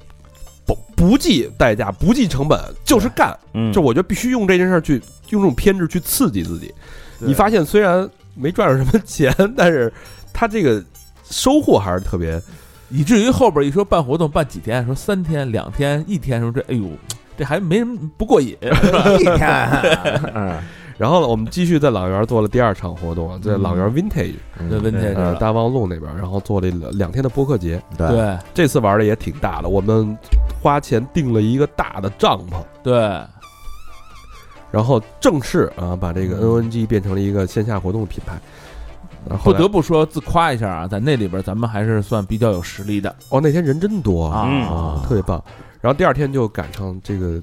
不不计代价、不计成本，就是干。
嗯，
就我觉得必须用这件事儿去用这种偏执去刺激自己。
对
你发现虽然没赚着什么钱，但是他这个收获还是特别。
以至于后边一说办活动办几天，说三天、两天、一天，说这哎呦，这还没什么不过瘾。
一天，嗯
然后呢，我们继续在朗园做了第二场活动啊，在朗园 Vintage
嗯对问题 是
呃大望路那边，然后做了两两天的播客节。
对，
对
这次玩的也挺大的，我们花钱订了一个大的帐篷。
对，
然后正式啊把这
嗯
个 NNG 变成了一个线下活动的品牌。然后
不
后来
得不说自夸一下啊，在那里边咱们还是算比较有实力的
哦，那天人真多
啊。
啊，特别棒。然后第二天就赶上这个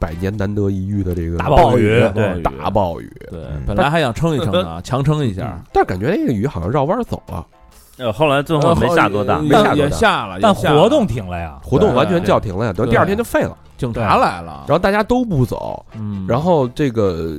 百年难得一遇的这个
大暴雨
大暴
对
雨
大暴雨，
对
嗯，
本来还想撑一撑
啊
呢，强撑一下，
但感觉那个雨好像绕弯走了，
呃，后来最后没下多大
呃，
没下多大
也下了，
但
也下了
活动啊停了呀。
活动
对
完全叫停了呀，等
对
第二天就废了。
警察来了，
然后大家都不走，
嗯，
然后这个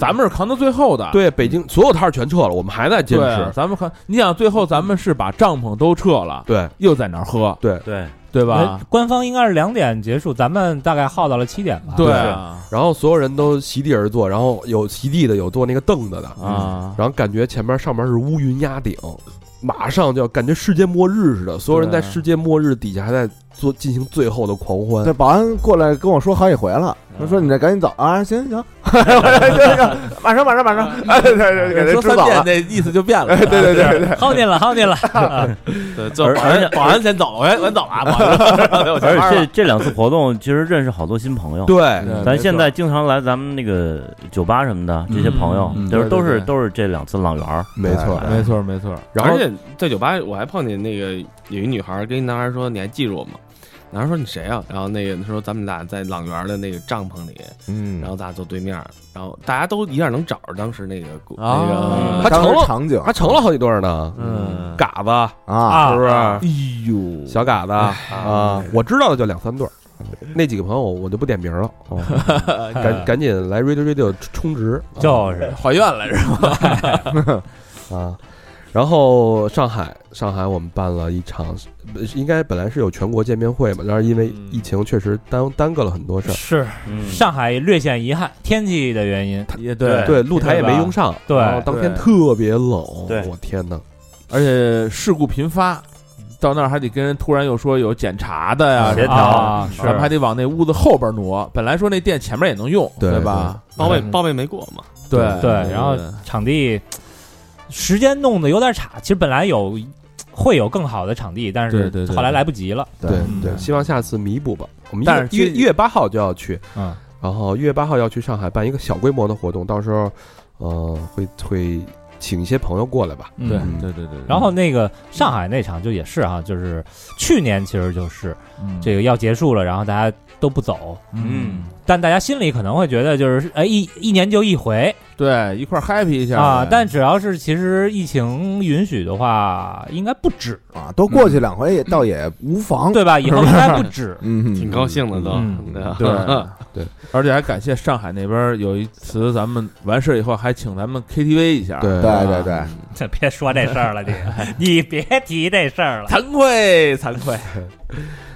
咱们是扛到最后的，
对北京所有摊儿全撤了，我们还在坚
对啊，
持。
咱们扛。你想最后咱们是把帐篷都撤了，
对，
又在那儿喝，
对，
对
呃
吧？
哎
官方应该是两点结束，咱们大概耗到了七点吧。
对
是
啊
然后所有人都席地而坐，然后有席地的，有坐那个凳子的
啊，
然后感觉前面上面是乌云压顶，马上就要感觉世界末日似的，所有人在世界末日底下还在做进行最后的狂欢
这。保安过来跟我说好几回了，他说你这赶紧走啊，行行，行 行，马上马上马上，哎，对对对，给他
说
支
三
走
遍
了，
那意思就变了。
对对对 对，
耗你了，耗你了。啊
对，这保安保安先走，我先我先走了啊，保安说，我先
而
玩
且这
了。
这两次活动，其实认识好多新朋友。
对，
嗯
咱现在经常来咱们那个酒吧什么的，这些朋友
嗯嗯
就是
对
都
对
是
对
都是这两次浪园儿，
没错。
哎
没错没错，
然
而
后
且在酒吧我还碰见那个有一女孩跟一男孩说：“你还记住我吗？”男孩说：“你谁啊？”然后那个他说：“咱们俩在朗园的那个帐篷里，
嗯
然后咱俩坐对面，然后大家都一下能找着当时那个故
啊
那个
还
当
成
时
了
场景
还成了好几对儿呢，
嗯，
嘎子
啊，
是不是？
呦，
小嘎子啊，我知道的就两三对儿，那几个朋友我就不点名了，哦赶赶紧来 radio radio 充值，啊
就是
怀孕了是吧？
啊。然后上海，上海我们办了一场，不是应该本来是有全国见面会嘛，但是因为疫情确实耽耽搁了很多事儿。
是
嗯
上海略显遗憾，天气的原因。
也对
对，露台也没用上，
对
然后当天
对
特别冷，
对
我天哪，
而且事故频发，到那儿还得跟人突然又说有检查的呀，
协调
啊，
是
咱们还得往那屋子后边挪。本来说那店前面也能用，
对
吧？
报备
嗯
报备没过嘛。
对
对，然后场地呃时间弄得有点差，其实本来有会有更好的场地，但
对
是
对对
后来来不及了。
对
嗯
对，希望下次弥补吧。我们一
但
月
是
一月
这
一月八号就要去，
嗯，
然后一月八号要去上海办一个小规模的活动，到时候，呃，会会请一些朋友过来吧。
对
嗯
对对对，
然后那个上海那场就也是哈、就是去年其实就是这
个
个要结束了，然后大家都不走，
嗯，
但大家心里可能会觉得就是哎一一年就一回
对，一块儿 happy 一下
啊，但只要是其实疫情允许的话，应该不止，
啊，都过去两回也倒也无妨，。
对吧？以后应该不止
嗯，
挺高兴的都，
嗯
对吧啊
对而且还感谢上海那边有一次，咱们完事以后还请咱们 KTV 一下，
对
对对对，
这 别说这事儿 了，你你别提这事儿了。
惭愧惭愧，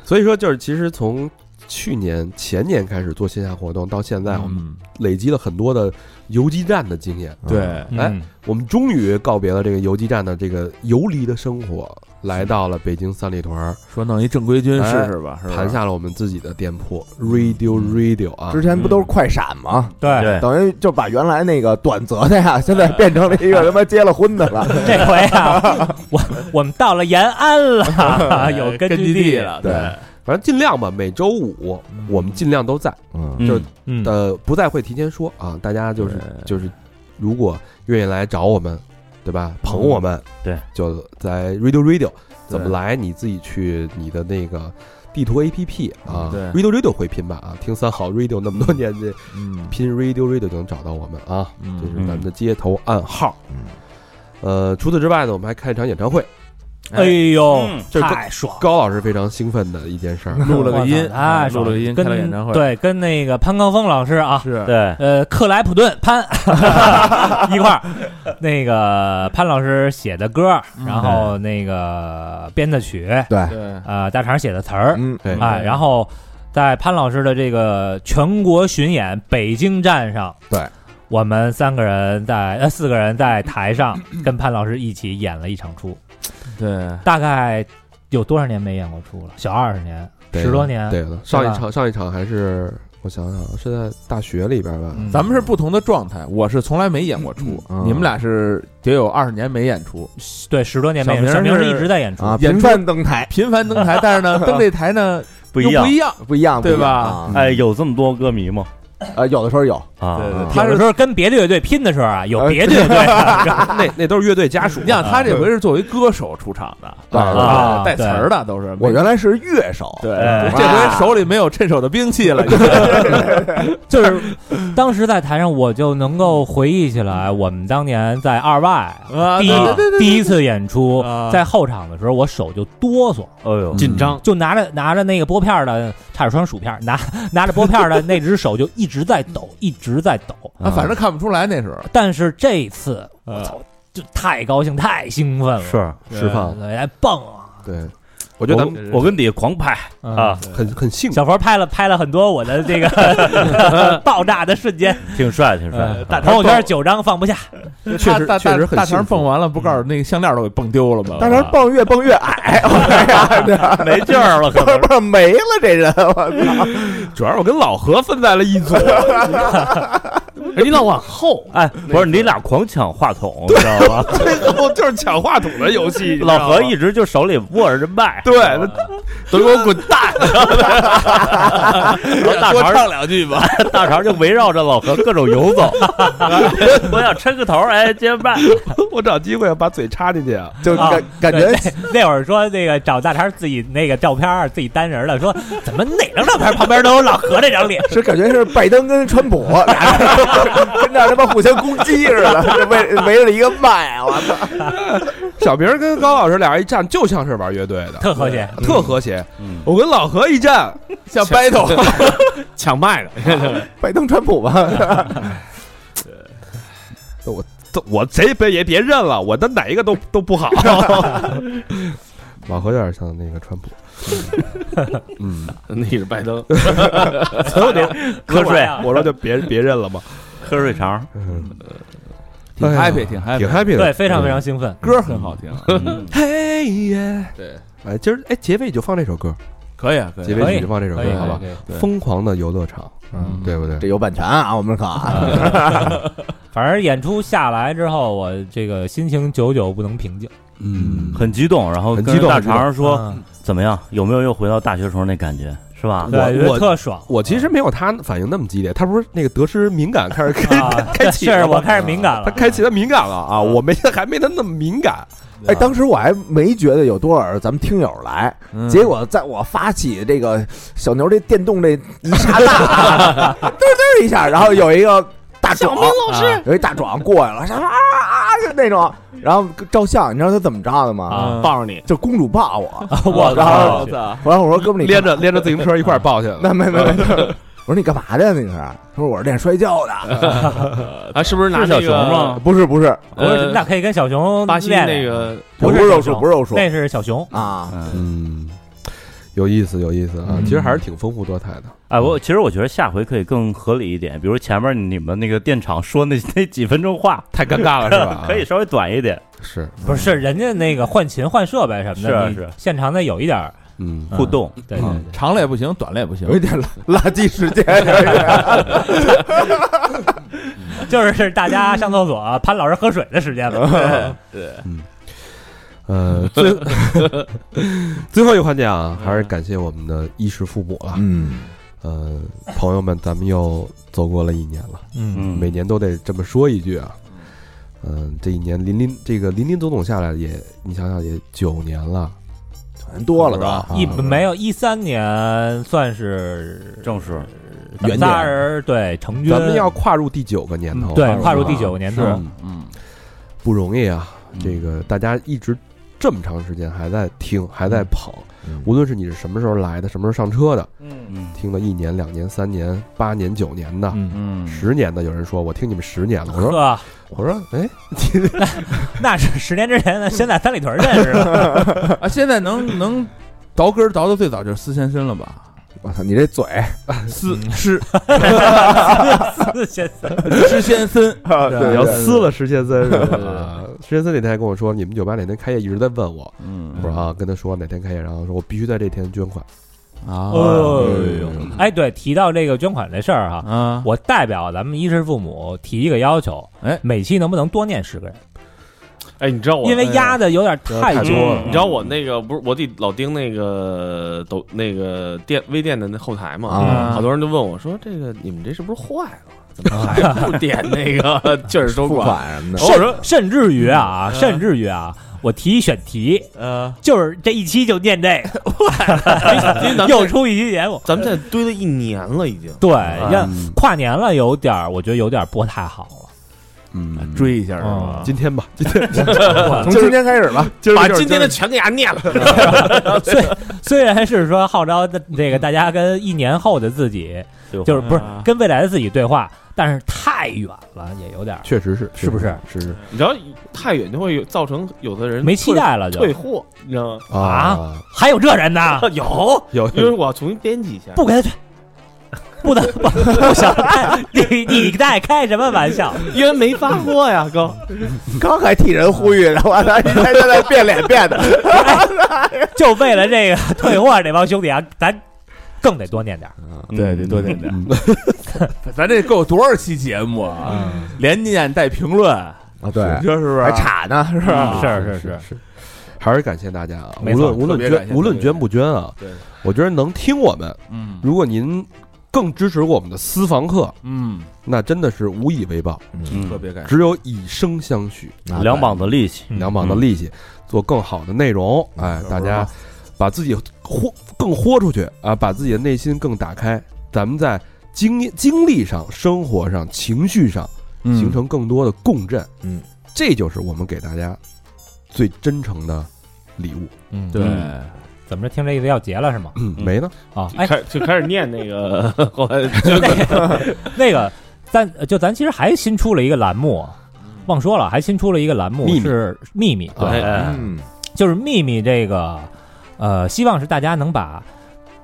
所以说，就是其实从去年前年开始做线下活动到现在，我们
嗯，
累积了很多的游击战的经验。
对，
哎
嗯，
我们终于告别了这个游击战的这个游离的生活，来到了北京三里屯，
说弄一正规军试试吧，是吧？
盘下了我们自己的店铺 Radio Radio 啊
嗯
之。前不都是快闪吗？
对，
对，
等于就把原来那个短则的呀，现在变成了一个他妈结了婚的了。
这回啊，我我们到了延安 了，有根
根
据
据
地
地。了，
对，
反正尽量吧，每周五
嗯
我们尽量都在，
嗯，
嗯
就
嗯，
呃，不再会提前说啊，大家就是就是，如果愿意来找我们，对吧？
嗯
捧我们，
对，
就在 Radio Radio 怎么来，你自己去你的那个地图 APP 啊
嗯
对
，Radio Radio 会拼吧啊，听三好 Radio 那么多年，这
嗯，
拼 Radio Radio 就能找到我们啊，
嗯
这是咱们的街头暗号。
嗯
呃，除此之外呢，我们还开一场演唱会，
哎呦
嗯，
这
太爽！
高老师非常兴奋的一件事儿，
录了个音，
哎，
录了个音，开
跟
了演唱会，，
对，跟那个潘高峰老师啊，
是，
对，
呃，克莱普顿潘 一块儿，那个潘老师写的歌，
嗯
然后那个编的曲，
对，
对，
呃，大肠写的词儿，
嗯，
对，
哎，然后在潘老师的这个全国巡演北京站上，
对，
我们三个人在呃四个人在台 上跟潘老师一起演了一场出，
对，
大概有多少年没演过出了？小二十年，
对
十多年，
对的，上一
吧
场上一场还是我想想是在大学里边吧，
嗯
咱们是不同的状态，我是从来没演过出，
嗯
你们俩是得有二十年没演出，
对十多年没演出，
小
小
明
明
是
是一直在演出，
啊，
演
频
出
繁登台
频繁登台，但是呢，登这台呢
不一
又
样
不。一样，
不一样，
对
不一样
吧
啊
哎，有这么多歌迷吗？
呃，有的时候有，
啊，
对
啊
他
有的
是呃
时候跟别的乐队拼的时候啊，有别的乐队
那那都是乐队家属
你想他这回是作为歌手出场的，
对
啊
带词儿的都是，
我原来是乐手，
对，
哎
这回手里没有趁手的兵器了，
就是当时在台上，我就能够回忆起来，我们当年在二外
啊
第一
对对对
第一次演出
啊，
在后场的时候，我手就哆嗦，
哎呦，
嗯
紧张，
就拿着拿着那个拨片儿的，差点说成薯片儿，拿 拿着拨片儿的那只手就一直在 抖，一直在抖。
啊，反正看不出来那时候，
但是这一次，我操，就太高兴，太兴奋了，哎
是
释放，
来蹦啊！
对，我觉得咱们
们
我跟底下狂拍啊，
很很幸福，
小佛拍了拍了很多我的 这个爆炸的瞬间，
挺帅挺帅。
大朋友圈九张放不下，
确实
大
确
大
实很
大
幸
肠蹦
福。
完了，不告诉那个项链都给蹦丢了吗？
但是蹦越蹦越矮，
没劲儿了，可能
不是 没了这人，我操！
主要是我跟老何分在了一 组，
人家老往后，
哎，不是你俩狂抢话筒，知道吧？
最后 就是抢话筒的游戏。
老何一直就手里握着这麦，
对
知 道吧
都给我滚蛋！
然后大
多
肠
唱两句吧。
大肠就围绕着老何各种游走，我想抻个头，哎，接麦，
我找机会把嘴插进去啊！
就感感
哎
觉
对 那那会儿说那个找大肠自己那个照片儿自己单人儿的，说怎么哪张照片儿旁边都有老何这张脸？
是感觉是拜登跟川普啊俩人跟那他妈互相攻击似的，这围围着一个麦，啊我操！
小明儿跟高老师俩人一站，就像是玩乐队的，
特和谐，
特和谐。我跟老何一站，
像 battle 抢麦的，
拜登川普吧，
都我谁别也别认了，我的哪一个都都 不好。老何有点像那个川普，嗯，
那是拜登。
所有的瞌睡
啊
我说就别别认 了吧，
瞌 睡肠，
嗯，
挺
哎呀
happy，挺 happy，
挺 happy 的，嗯
对，非常非常兴奋。
歌很好听，
嗯
嘿耶，
对，
哎，今儿哎结尾就放这首歌，
可以啊，可以
结
啊。
可
尾
以
曲就放这首
可以
歌，好吧
可以？
对
疯狂的游乐场，
嗯
对不
这
对？
有版权啊，我们可啊，
反正演出下来之后，我这个心情久久不能平静。
嗯
很激动，然后
很
跟
激动
大
很激动
肠说
嗯
怎么样，有没有又回到大学时候那感觉，是吧？
我
对，觉
我
得特爽。
我其实没有他反应那么激烈，他不是那个得失敏感开始开
啊，
开启
是
了吗
我开始敏感
他
了，
开启他敏感了啊，我没还没他那么敏感，
哎，
啊
当时我还没觉得有多少咱们听友来，
嗯
结果在我发起这个小牛这电动这一刹那啊，嘚儿嘚儿一下，然后有一个大壮，啊有一大壮过来了，啥啊啊就那种，然后照相，你知道他怎么照的吗？
啊，
抱着你，
就公主抱我，
我
然后
操！
后来我说哥们儿你
连着连着自行车一块儿抱去了。
那没没 没，我说你干嘛的呀？那是？他说我是练摔跤的，
啊，是不是拿
是小
那
熊吗
个？
不是不是，
我说那
呃，
可以跟小熊
巴西
练
那
练
个
不
不
是
是肉
小
术
熊
不是肉术
那是小熊，
啊，
嗯，有意思，有意思
嗯
啊！其实还是挺丰富多彩的。
哎，我其实我觉得下回可以更合理一点，比如前面你们那个电厂说那那几分钟话，？
太尴尬了，是吧
可以稍微短一点，
是，
不是是人家那个换琴换设备什么的，
是
你
是
现场得有一点儿
嗯，
互动。
对对对。
长了也不行，短了也不行
有，一点垃垃圾时 间，有一点
就是大家上厕所、潘老师喝水的时间
嗯
了。
呃，最 最后一个环节啊，还是感谢我们的衣食父母了。
嗯，
呃，朋友们，咱们又走过了一年了，
嗯，
嗯，
每年都得这么说一句啊。嗯、这一年林林这个林林总总下来也，你想想也九年了，
全多了都
啊
一没有一三年算是
正式
咱们仨人对成军，
咱们要跨入第九个年
嗯
头了，
对
是吧
跨入第九个年头
是，
嗯，
不容易啊！
嗯
这个大家一直这么长时间还在听，还在捧，无论是你是什么时候来的，什么时候上车的，
嗯，
听了一年、两年、三年、八年、九年的、
嗯
嗯，
十年的，有人说我听你们十年了，我说
呵，
我说哎，
那是十年之前的，现在三里屯认识了。
啊，现在能能倒根儿倒的最早就是司先生了吧？
我操，你这嘴
司师
现在
师先生，
你要
对对
撕了石先生是吧？石先生那天还跟我说，你们酒吧哪天开业，一直在问我，
嗯
我说啊，跟他说哪天开业，然后说我必须在这天捐款，
啊
哎呦，哎，对，提到这个捐款这事儿哈，
啊，
我代表咱们衣食父母提一个要求，
哎
每期能不能多念十个人？
哎，你知道我嗯
因为压的有点太
太
多
多
了
了
你知道我那个不是我得老盯那个抖那个店微店的那后台嘛？
啊
好多人都问我说：“这个你们这是不是坏了？怎么还不点那个劲儿收
付
款
款什么的，
哦我说
甚甚至于啊，甚至于啊，我提一选题，
呃，
就是这一期就念这个，
因为咱 们
又出一期节目。
咱们现在堆了一年了，已经。
对，要跨年了，有点儿，我觉得有点儿不太好了。
嗯，
追一下是
嗯
吧？
今天吧，今天
从今天开始吧，
把今天的全给伢念了，
虽虽然是说号召的这个大家跟一年后的自己
对
就是不是
啊
跟未来的自己对话，但是太远了，也有点儿
确实是，
是不是
确实是？是
你知道太远就会有造成有的人
没期
退
待了就
退货，你知道吗？
是
啊，还有这人呢，
有，
有
因为我要重新编辑一下。
不给他退，不能不不行，你你在开什么玩笑？
因为没发货呀，哥，
刚还替人呼吁，然后他现在在变脸变的，
就为了这个退货这帮兄弟啊，咱更得多念点儿。
对对，多点点。咱这够多少期节目啊？连念带评论，
啊，对，
你说是不是？
还差
啊
呢，是吧？
是是是，还是感谢大家啊！
没
无
错
论无
特
论
别感谢
捐无
特
论
别感
捐不捐啊，
对，
我觉得能听我们，
嗯
如果您更支持我们的私房课，
嗯，
那真的是无以为报，
嗯
特，别感谢。
只有以声相许，
啊
两膀子力气，
嗯
两膀子力气，做更好的内容。哎，大家把自己豁更豁出去啊，把自己的内心更打开，咱们在经验经历上、生活上、情绪上
嗯
形成更多的共振。
嗯，
这就是我们给大家最真诚的礼物。
嗯，
对，
怎么着听这意思要结了是吗？
嗯，没呢，
啊，哎，
开就开始念那个，后来
那个，咱就咱其实还新出了一个栏目，忘说了，还新出了一个栏目
秘密
是秘密，对，
哎
嗯，
就是秘密这个，呃，希望是大家能把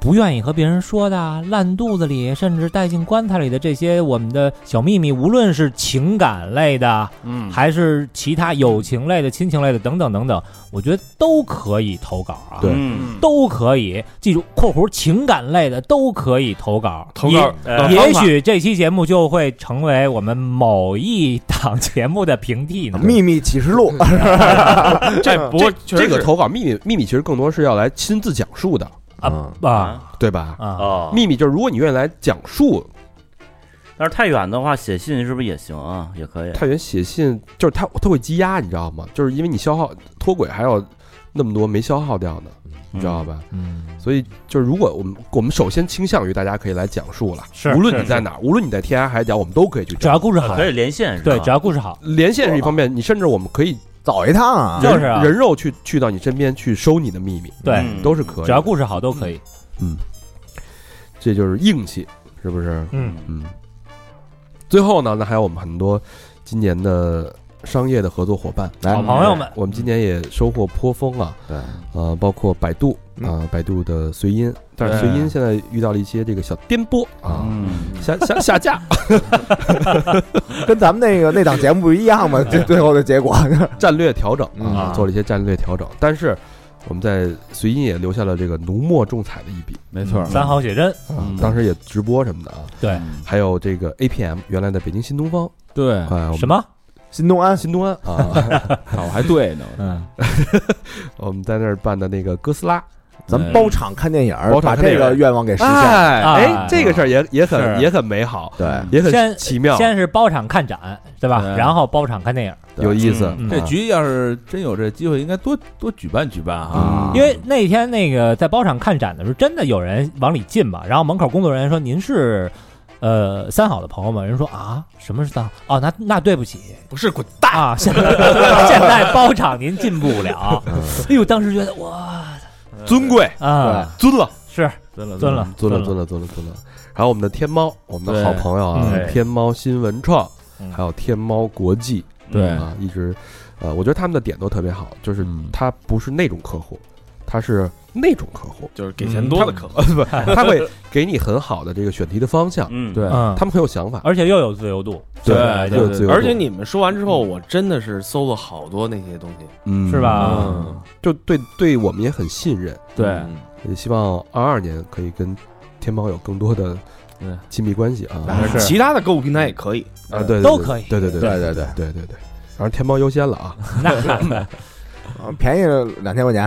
不愿意和别人说的啊、烂肚子里，甚至带进棺材里的这些我们的小秘密，无论是情感类的，
嗯，
还是其他友情类的、亲情类的等等等等，我觉得都可以投稿啊。
对
嗯
都可以，记住（括弧情感类的都可以投稿）
投
也
稿
呃
也许这期节目就会成为我们某一档节目的平替呢。
啊秘密启示录，
嗯这不过确实
这个
是
投稿秘密秘密其实更多是要来亲自讲述的，
啊，
啊
对吧？
啊！
哦，
秘密就是如果你愿意来讲述，
但是太远的话，写信是不是也行啊？也可以。
太原写信就是他他会积压，你知道吗？就是因为你消耗脱轨还有那么多没消耗掉呢，你知道吧？
嗯，
所以就是如果我们我们首先倾向于大家可以来讲述了，
是
无论你在哪儿，无论你在天涯海角，我们都可以去
只要
讲。
故事
啊
好，
可以连线是吧？
对，只要故事好，
连线是一方面，你甚至我们可以
走一趟啊，
就是啊
人肉去去到你身边去收你的秘密，
对，
嗯
都是可以的。
只要故事好都可以。
这就是硬气，是不是？
嗯
嗯。最后呢，那还有我们很多今年的商业的合作伙伴，
来
嗯好朋友们，
我们今年也收获颇丰啊。
对，
呃，包括百度啊、百度的随音，但是随音现在遇到了一些这个小颠簸啊，
嗯，
下下下架。
跟咱们那个那档节目不一样吗？最最后的结果，
战略调整
嗯
啊，做了一些战略调整，但是我们在随音也留下了这个浓墨重彩的一笔
没错，
嗯三好写真，
啊
嗯，
当时也直播什么的啊，
对，
还有这个 APM 原来的北京新东方，
对，
哎，我们
什么？
新东安，
新东安啊，
我还对呢，
嗯，
我们在那儿办的那个哥斯拉，
咱们包场看电影，
包
把
场看电
这
影
个愿望给实现了，
哎
哎
哎，这个事儿也也很
是
也很美好，
对，
也很
先
奇妙，
先是包场看展，对吧？
嗯
对
然后包场看电影，
有意思
嗯。
这
啊
局要是真有这机会，应该多多举办举办啊。
啊
因为那天那个在包场看展的时候，真的有人往里进嘛，然后门口工作人员说：“您是，呃，三好的朋友吗？”人说：“啊，什么是三好？哦，那那对不起，
不是滚蛋，
啊，现在 现在包场您进不了。”哎呦，当时觉得哇
尊贵
啊，
尊了。
是
尊了
尊，了
尊了，尊了，尊了，尊了。还有我们的天猫，我们的好朋友啊，
对嗯
天猫新文创，
嗯
还有天猫国际
对，
啊，一直，呃，我觉得他们的点都特别好，就是
嗯
他不是那种客户，他是那种客户，
就是给钱多的可
呃不，他会给你很好的这个选题的方向，
嗯，
对
嗯，
他们很有想法，
而且又有自由度，
对
就自由度，
而且你们说完之后，我真的是搜了好多那些东西，
嗯
是？吧？
嗯，
就对对我们也很信任，
嗯
对，
也希望二二年可以跟天猫有更多的
对
亲密关系啊
但是其他的购物平台也可以，
啊，对，对
都可以
对对对
对
对
对对
对对对，反正天猫优先了啊。
那
啊便宜了两千块钱，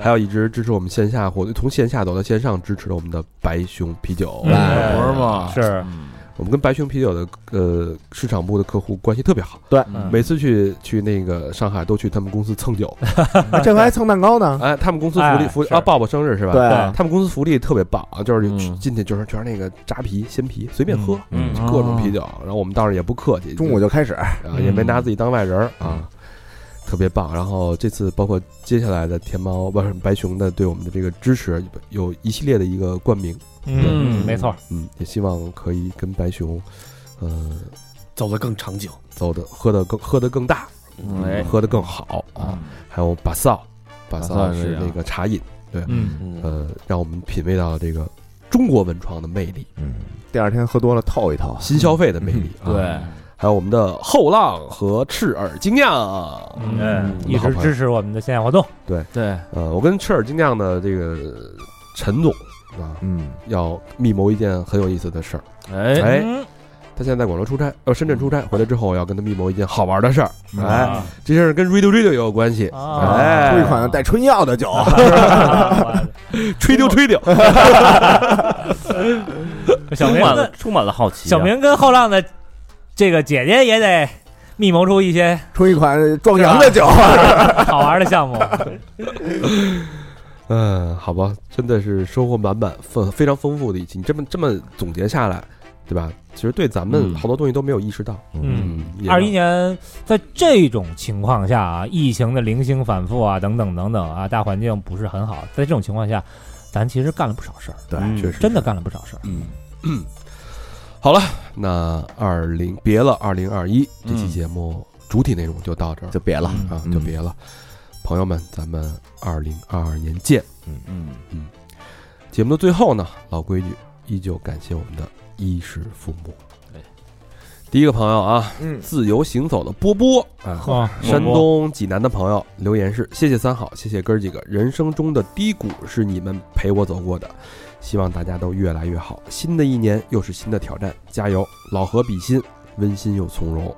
还有一直支持我们线下活动，从线下走到线上支持了我们的白熊啤酒。
嗯
哎
不是嘛，
是
我们跟白熊啤酒的呃市场部的客户关系特别好，
对
嗯
每次去去那个上海都去他们公司蹭酒，
啊这回还蹭蛋糕呢，
哎，他们公司福利
哎
福利
是
啊，抱抱生日是吧？
对
对
他们公司福利特别棒啊，就是去
嗯
进去就是全是那个扎啤、鲜啤，随便喝，
嗯
就各种啤酒。然后我们倒是也不客气，
中午
嗯
就
就开始，
啊也没拿自己当外人儿啊，特别棒。然后这次包括接下来的天猫不是白熊的对我们的这个支持，有一系列的一个冠名，
嗯，没错，
嗯，也希望可以跟白熊，呃，
走得更长久。
走的喝的更喝的更大，嗯
哎，
喝的更好啊。还有把扫，把扫
扫是
是
这
那
样
个茶饮，
嗯，
呃，让我们品味到了这个中国文创的魅力，
嗯，第二天喝多了透一透，
新
嗯
消费的魅力。啊，
对，
还有我们的后浪和赤耳精酿，
嗯，一
好
直
朋友
支持我们的线下活动，
对，
呃，我跟赤耳精酿的这个陈总啊，
嗯，
要密谋一件很有意思的事儿。
哎，
哎，
嗯
他现在在广州出差，呃，深圳出差，回来之后我要跟他密谋一件好玩的事儿。
嗯啊
哎，这事儿跟 Radio Radio 也有关系。
啊
哎，
出一款带春药的酒，
哎
吹丢吹丢，
小
小
充
明
满
跟
了充满了好奇、啊
小，明跟后浪的这个姐姐也得密谋出一些
出一款壮阳的酒，
好玩的项目，
嗯，好吧，真的是收获满满，丰非常丰富的一期。你这么这么总结下来，对吧？其实对咱们
嗯
好多东西都没有意识到。
嗯。
也
二一年，在这种情况下啊，疫情的零星反复啊，等等等等啊，大环境不是很好，在这种情况下，咱其实干了不少事儿，
对
嗯
确实
真的干了不少事儿。
那二零别了，二零二一这期
嗯
节目主体内容就到这儿
就别了。
啊，
嗯
就别了。朋友们，咱们二零二二年见。
嗯，
节目的最后呢，老规矩，依旧感谢我们的衣食父母。第一个朋友啊，
嗯，
自由行走的波波啊，
呵，
山东济南的朋友留言是：谢谢三好，谢谢哥儿几个，人生中的低谷是你们陪我走过的，希望大家都越来越好。新的一年又是新的挑战，加油！老何比心，温馨又从容。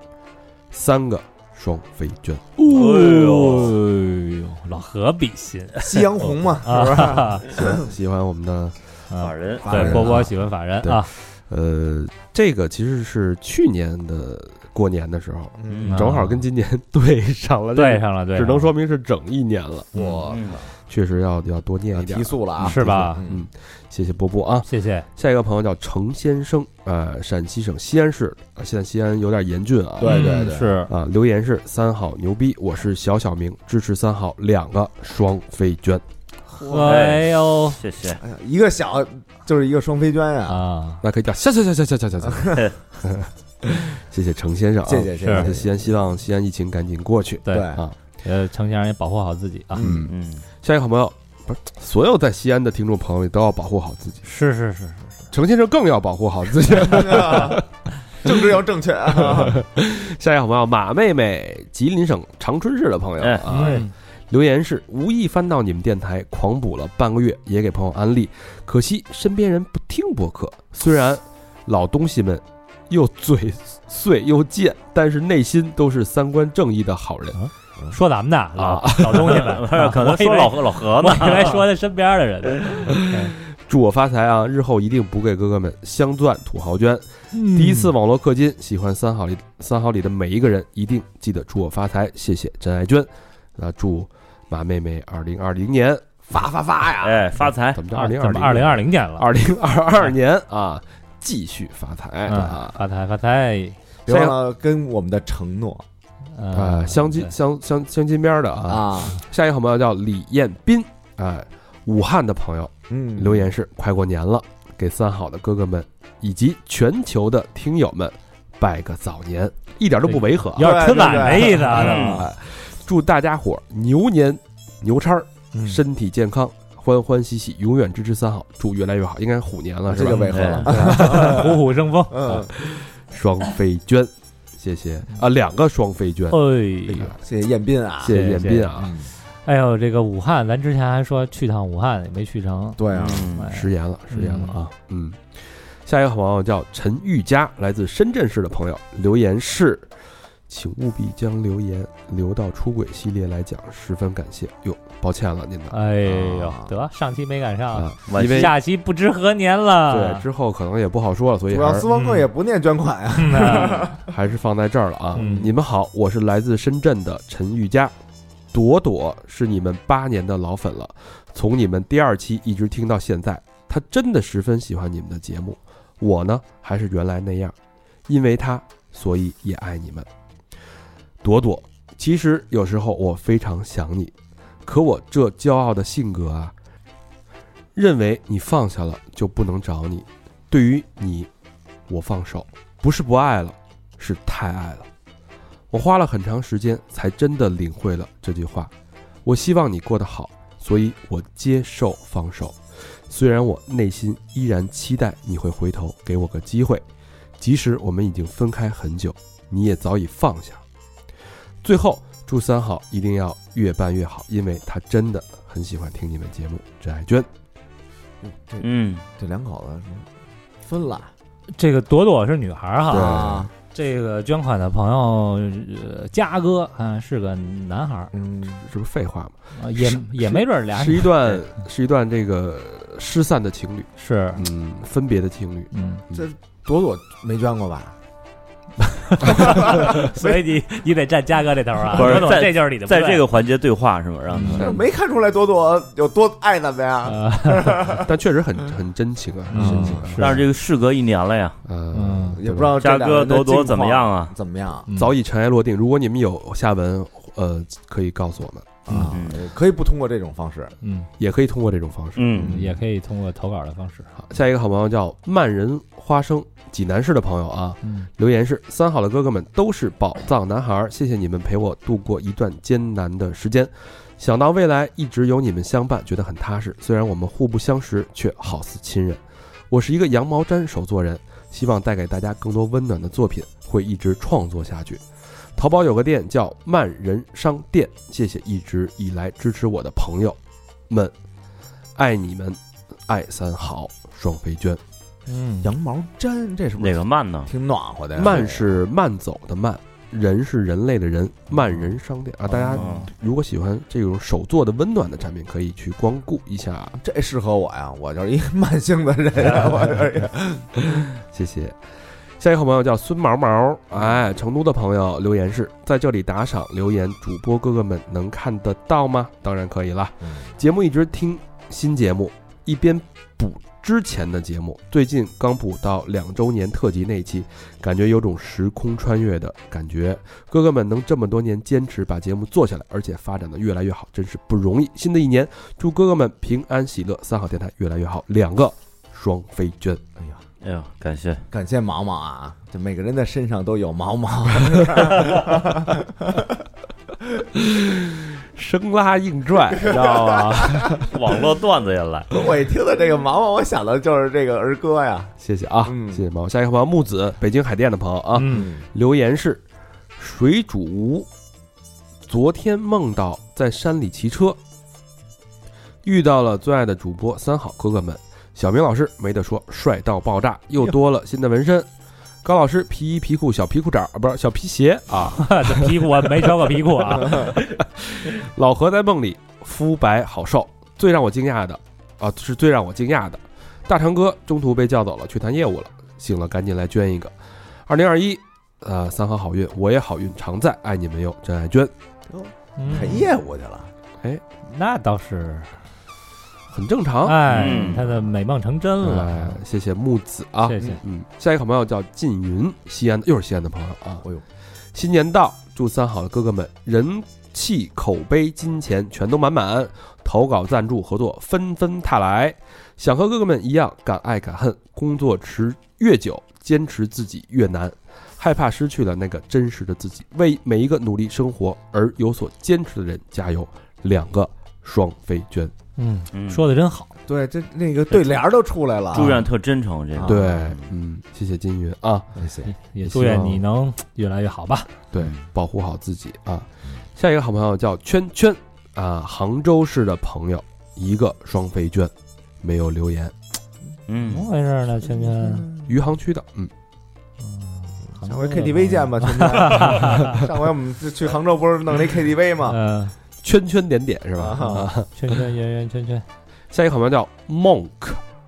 三个双飞娟，
哦哎呦，老何比心
夕阳红嘛，是不是？
啊，
喜欢我们的
法人
法人
对，
啊
波波喜欢法人
对
啊，
呃，这个其实是去年的过年的时候，
嗯
正好跟今年对上了，
对，上了，对
只
上了，
能说明是整一年了。
我
嗯
确实要要多念一
嗯
点
提
儿，
速了啊，
是吧？
嗯，谢谢波波啊。
谢谢，
下一个朋友叫程先生，呃，陕西省西安市，呃现在西安有点严峻啊。
对对
嗯
对
是
啊，留言是三好牛逼，我是小小明，支持三好两个双飞娟，
哎呦
谢谢，
哎呀，一个小就是一个双飞娟啊，
啊，
那可以叫下下下下下下下下。 谢谢程先生啊，
谢谢谢
是
谢谢
西
谢，
安希望西安疫情赶紧过去。
对
对
啊，
呃，程先生也保护好自己啊，
嗯，
嗯，
下一个好朋友不是所有在西安的听众朋友都要保护好自己，
是是是，
程先生更要保护好自己。
政治要正确啊，
下一个好朋友马妹妹，吉林省长春市的朋友
哎，
啊，留言是无意翻到你们电台，狂补了半个月，也给朋友安利，可惜身边人不听播客。虽然老东西们又嘴碎又贱，但是内心都是三观正义的好人。
说咱们的老老东西们
啊
啊
可能说老何老何
我
呢，
以为说的身边的人，
祝我发财啊！日后一定不给哥哥们镶钻土豪捐。
嗯
第一次网络氪金，喜欢三好里三好里的每一个人，一定记得祝我发财，谢谢真爱娟。那祝马妹妹二零二零年发发发呀！
哎，发财，
怎么着？
二
二零
怎么二零
二
二零年了？
二零二二年啊，继续发财
嗯
啊！
发财发财，嗯
别忘了跟我们的承诺
啊，相亲相相相亲边儿的啊，
啊，
下一个好朋友叫李彦斌，哎，武汉的朋友
嗯，
留言是：快过年了，给三好的哥哥们以及全球的听友们拜个早年，一点都不违和啊。
有点春晚的意思啊，
对对对
这
哎，祝大家伙儿牛年牛叉儿，身体健康，欢欢喜喜，永远支持三好，祝越来越好。应该是虎年了，是
这
吧
就？违和了，
个 虎虎生风。
嗯，
双飞娟，谢谢啊，两个双飞娟，
哎呦，
谢谢彦斌啊，
谢哦谢彦斌啊，
嗯
哎呦，这个武汉，咱之前还说去趟武汉，也没去成。
对啊，
嗯，
哎
食言了，食言了啊，嗯。下一个朋友叫陈玉佳，来自深圳市的朋友留言是，请务必将留言留到出轨系列来讲，十分感谢。哟，抱歉了您的
哎呦
啊，
得上期没赶上，
啊，因为
下期不知何年了。
对之后可能也不好说了，所以
主
还
要
是
私房课也不念捐款 啊，
还是放在这儿了啊！
嗯
你们好，我是来自深圳的陈玉佳，朵朵是你们八年的老粉了，从你们第二期一直听到现在，她真的十分喜欢你们的节目。我呢，还是原来那样，因为她，所以也爱你们。朵朵，其实有时候我非常想你，可我这骄傲的性格啊，认为你放下了就不能找你。对于你，我放手，不是不爱了，是太爱了。我花了很长时间才真的领会了这句话。我希望你过得好，所以我接受放手。虽然我内心依然期待你会回头给我个机会，即使我们已经分开很久，你也早已放下。最后，祝三好一定要越办越好，因为他真的很喜欢听你们节目。真爱娟，
这
嗯，
这两口子分了
这个朵朵是女孩儿哈，
啊，
这个捐款的朋友呃嘉哥啊是个男孩儿，
嗯，
这不是废话吗？
啊也
是
也没准儿俩
是一段是一段这个失散的情侣，
是
嗯，分别的情侣，
嗯，
朵朵没捐过吧？
所以你你得站嘉哥这头啊，
不是
朵朵
在
这就是你的不
在
对，
这个环节对话是吗？让
嗯
没看出来朵朵有多爱咱们呀？
呃
但确实很很真情啊，
嗯
很真情啊，
但是这个事隔一年了呀，
呃
嗯，
也不知道这
嘉
两个
哥
人的
朵朵
近
怎么
况
样啊？
怎么样
早已尘埃落定。如果你们有下文，呃，可以告诉我们，
啊？可以不通过这种方式，
嗯
也可以通过这种方式。
嗯，
也可以通过投稿的方式，
好，下一个好朋友叫慢人花生，济南市的朋友啊，
嗯
留言是：三好的哥哥们都是宝藏男孩，谢谢你们陪我度过一段艰难的时间。想到未来一直有你们相伴，觉得很踏实。虽然我们互不相识，却好似亲人。我是一个羊毛毡手作人，希望带给大家更多温暖的作品，会一直创作下去。淘宝有个店叫慢人商店，谢谢一直以来支持我的朋友们，爱你们，爱三好双飞娟。
嗯，
羊毛毡，这是不
哪
是
个慢呢？
挺暖和的呀？
慢是慢走的慢，人是人类的人，慢人商店啊！大
哦
家
嗯
如果喜欢这种手做的温暖的产品，可以去光顾一下。
这适合我呀，我就是一个 慢性的人 啊，我就是一个
谢谢。下一个好朋友叫孙毛毛，哎，成都的朋友留言是在这里打赏留言，主播哥哥们能看得到吗？当然可以啦。
嗯
节目一直听新节目，一边补之前的节目，最近刚补到两周年特辑那一期，感觉有种时空穿越的感觉。哥哥们能这么多年坚持把节目做下来，而且发展的越来越好，真是不容易。新的一年，祝哥哥们平安喜乐，三好电台越来越好。两个双飞娟。
哎呀，
哎呦，感谢，
感谢毛毛啊，这每个人的身上都有毛毛，
生拉硬 拽，
知道吗？ 网络段子也来，
我一听到这个毛毛，我想到就是这个儿歌呀，
谢谢啊，
嗯
谢谢猫。下一个朋友木子，北京海淀的朋友啊，
嗯，
留言是水煮无，昨天梦到在山里骑车，遇到了最爱的主播三好哥哥们，小明老师没得说，帅到爆炸，
哎
又多了新的纹身。高老师皮衣皮裤小皮裤衩啊，不是小皮鞋啊。
这皮裤我没穿过皮裤啊，
老何在梦里肤白好瘦，最让我惊讶的啊，是最让我惊讶的。大长哥中途被叫走了，去谈业务了，醒了赶紧来捐一个。二零二一，呃，三好好运，我也好运常在，爱你们哟，真爱捐，
嗯
谈业务去了，
那倒是，
很正常。
哎
嗯，
他的美梦成真
哎
了，
谢谢木子啊，
嗯谢谢，
嗯，下一个朋友叫靳云，西安的，又是西安的朋友啊。
哎呦，
新年到，祝三好的哥哥们人气、口碑、金钱全都满满，投稿、赞助、合作纷纷踏来。想和哥哥们一样敢爱敢恨，工作持越久，坚持自己越难，害怕失去了那个真实的自己。为每一个努力生活而有所坚持的人加油！两个双飞娟，
嗯，
嗯
说的真好，
对，这那个对联儿都出来了啊，
祝愿特真诚，这个
对，嗯，谢谢金云啊。
啊哎谢谢，
也祝愿你能越来越好吧。
对，保护好自己啊。下一个好朋友叫圈圈啊，杭州市的朋友，一个双飞娟，没有留言，
怎么
嗯，
回事呢，圈圈？
余杭区的，嗯，
上嗯回 KTV 见吧，圈圈。上回我们去杭州不是弄了一 KTV 吗？
嗯，
圈圈点点是吧？
啊
啊
圈圈圆圆圈圈
下一个好朋友叫 Monk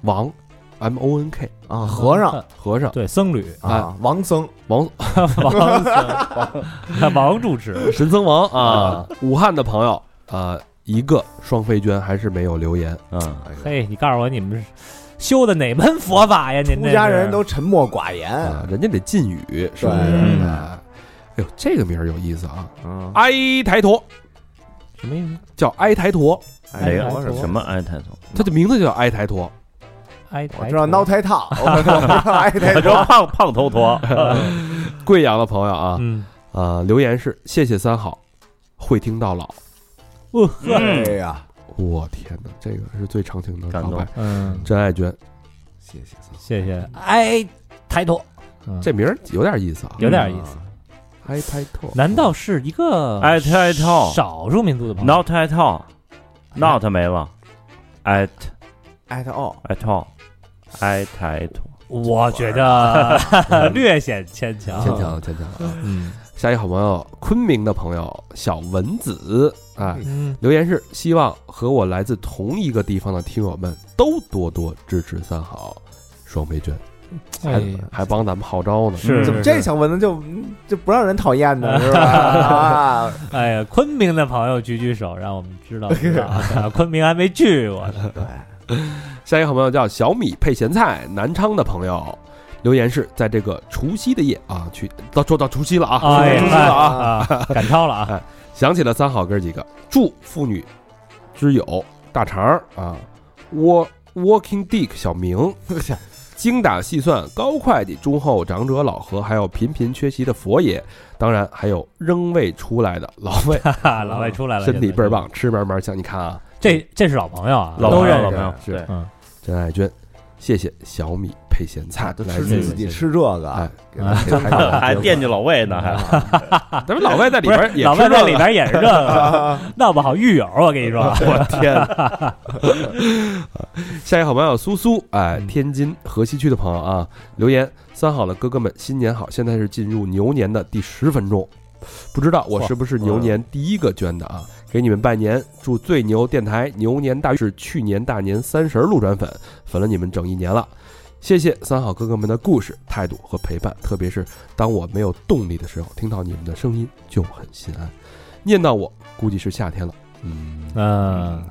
王，M O N K
啊，和尚
和尚
对僧 侣
啊，王僧
王
王僧 王主 持，
神僧王啊，武汉的朋友啊，一个双飞娟还是没有留言，
嗯，
嘿，你告诉我你们是修的哪门佛法呀？您
出
这
家
是
人都沉默寡言，
啊，人家得禁语是不是？
对
嗯
啊哎呦，这个名儿有意思啊！
啊，
埃台陀
什么意思？
叫埃台陀，
哎
没
呀，
有
我
什么哎，太总，
它的名字就叫埃台陀。
哎，
我知
抬
道
头
not 太套，我知道哎
我
太
知 道胖胖头陀，
贵阳的朋友啊，
嗯，
啊，留言是谢谢三好，会听到老。
嗯
哦呵，
哎呀，
我天哪，这个是最长情的
感
告
动
白。
嗯，
真爱娟，
谢谢。
谢
嗯
谢，哎，抬头，
这名儿有点意思啊，
有点意思。
埃台陀。
难道是一个
哎太套
少数民族的朋友？
，not at all，not 没了，at
at all，
at all，哎抬头，
我 觉 得略显牵强，
坚啊强坚强啊！
嗯
下一个好朋友，昆明的朋友小蚊子啊，
嗯，
留言是希望和我来自同一个地方的听友们都多多支持三好双倍券，还
哎
还帮咱们号召呢。
是
怎么这小蚊子就就不让人讨厌呢？是吧？啊，
哎呀，昆明的朋友举举手，让我们知道知道 啊昆明还没去过呢。
下一个好朋友叫小米配咸菜，南昌的朋友留言是在这个除夕的夜啊，去到说到除夕了啊，
哎
除夕了啊，
啊，赶超了啊！
想起了三好哥几个，祝妇女之友大肠儿啊，窝 Walking Dick 小明，精打细算高会计忠厚长者老何，还有频频缺席的佛爷，当然还有仍未出来的老魏，
哈哈老外出来了，
身体倍儿。棒，吃嘛嘛香。你看啊，
这这是老朋友啊，
老
都
朋友
认
老
识
朋。友，
是
对
真爱娟，谢谢小米配咸菜，
啊
都
来
吃
自
自己吃这个
哎，还
还哎惦记老魏呢，还
咱们老外在里
不是
边也
老
吃
外在
这
里
个，
边也是这个，闹不好狱友，我跟你说，
我天！下一个好朋友苏苏，哎，天津河西区的朋友啊，留言三好的哥哥们，新年好！现在是进入牛年的第十分钟，不知道我是不是牛年第一个捐的啊？给你们拜年，祝最牛电台牛年大运是去年大年三十儿路转粉，粉了你们整一年了。谢谢三好哥哥们的故事、态度和陪伴，特别是当我没有动力的时候，听到你们的声音就很心安。念到我，估计是夏天了。嗯，
嗯，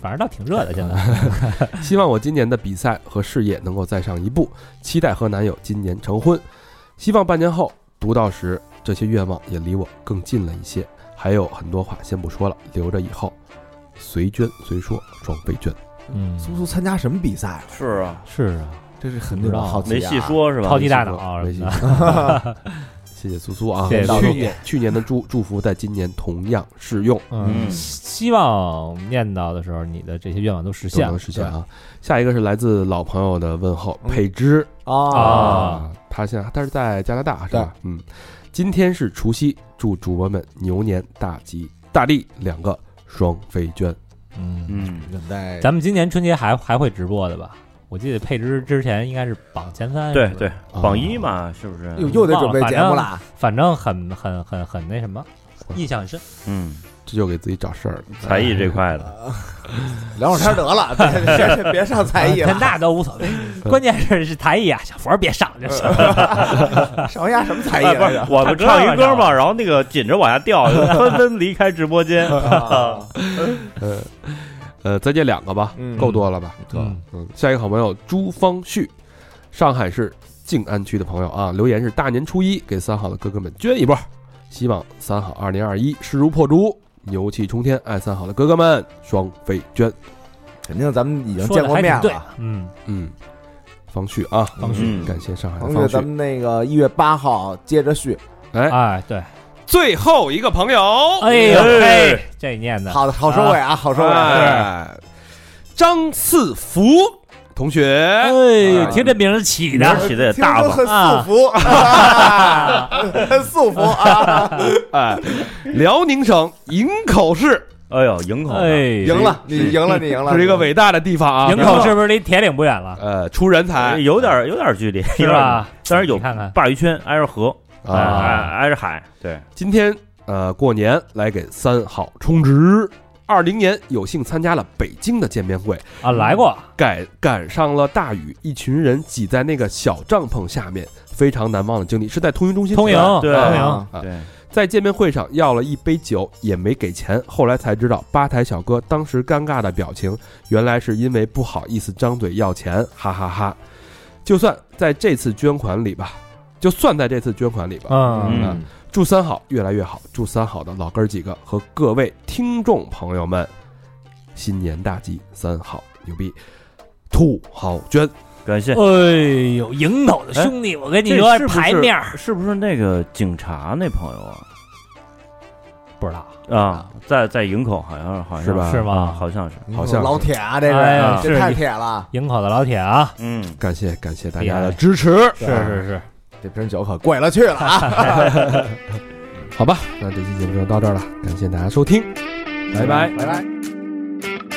反正倒挺热的，现在。
希望我今年的比赛和事业能够再上一步，期待和男友今年成婚。希望半年后读到时，这些愿望也离我更近了一些。还有很多话先不说了，留着以后随捐随说，装备捐。
嗯，
苏苏参加什么比赛了？
是啊，
是啊，
这是很
不知
令
道
我好奇、啊。
没细，说是吧？
超级大脑
没
什
戏
么的。
谢谢苏苏啊，
谢谢苏苏
去年去年的祝祝福在今年同样适用，
嗯，希望念叨的时候，你的这些愿望都实
都
现了
能。实现啊。下一个是来自老朋友的问候，
嗯
佩芝。
啊，
啊，
他现在他是在加拿大是吧？嗯，今天是除夕，祝主播们牛年大吉大利，两个双飞娟。
嗯，
嗯，
等待
咱们今年春节还还会直播的吧？我记得配置之前应该是榜前三，
对
是吧
对，
啊
榜一嘛，是不是？
又又得准备节目了，
反正很很很很那什么，印象很深。
嗯，
这就给自己找事儿了。
才艺这块的，
聊会儿天儿得了，别别别上才艺
那
了，
那都无所谓，关键是是台艺啊，小佛儿别 上就行。
少压什么才艺啊
哎，不
来
是
着？，
我们唱一
唱
歌
歌
嘛，然后那个紧着往下 掉，纷纷离开直播间。
啊
呃呃，再借两个吧，
嗯
够多了吧？
嗯
嗯，下一个好朋友朱方旭，上海市静安区的朋友啊，留言是大年初一给三好的哥哥们捐一波，希望三好二零二一势如破竹，牛气冲天，爱三好的哥哥们双飞娟。
肯定咱们已经
说
见
的
过
还
面
挺对
了。，
嗯，
嗯，方旭啊，
方旭
嗯
感谢上海的
同
方
学，
旭
咱。们那个一月八号接着续。
哎，
哎对，
最后一个朋友，
哎呦嘿，这念的
好的，好收尾啊，好收尾。
哎，张四福同学，
哎呦，听这名儿起
名
的
儿，
哎
起的也
听
大
说很
方，
素服，啊很素服啊，
哎，辽宁省营口市
哎呦，营口的，
哎，
赢了，你赢了，你赢了，嗯
是一个伟大的地方啊，
营口是不是离铁岭不远 了？
呃出人
哎
才
有点有点距离，
是吧？
当然有
你看看，
鲅鱼圈，挨着河，哎挨
啊！
挨着海，对，
今天呃过年来给三好充值。二零年有幸参加了北京的见面会，
啊，来过，
赶赶上了大雨，一群人挤在那个小帐篷下面，非常难忘的经历。是在通云中心
通
是吧
营，
对
通营，
啊，
对，
在见面会上要了一杯酒，也没给钱。后来才知道，吧台小哥当时尴尬的表情，原来是因为不好意思张嘴要钱，哈哈哈就算在这次捐款里吧，就算在这次捐款里吧，
嗯
嗯
啊祝三好越来越好，祝三好的老哥儿几个和各位听众朋友们，新年大吉，三好牛逼，兔好娟，
感
哦
谢。
哎呦，营头的兄弟，我跟你说
这是，不是
牌面儿
是不是那个警察那朋友啊？
不知道，
啊，在在营口好像是好像
是吧
是
是
啊，
吗？
好像是。
好像是
老铁啊，这
哎
是
呀
这
是
太铁了，
营口的老铁啊，
嗯，
感谢感谢大
厉
家
害
的支持，
是是是，
这瓶酒可贵了去了啊！
好吧，那这期节目就到这儿了，感谢大家收听，拜拜。
拜拜。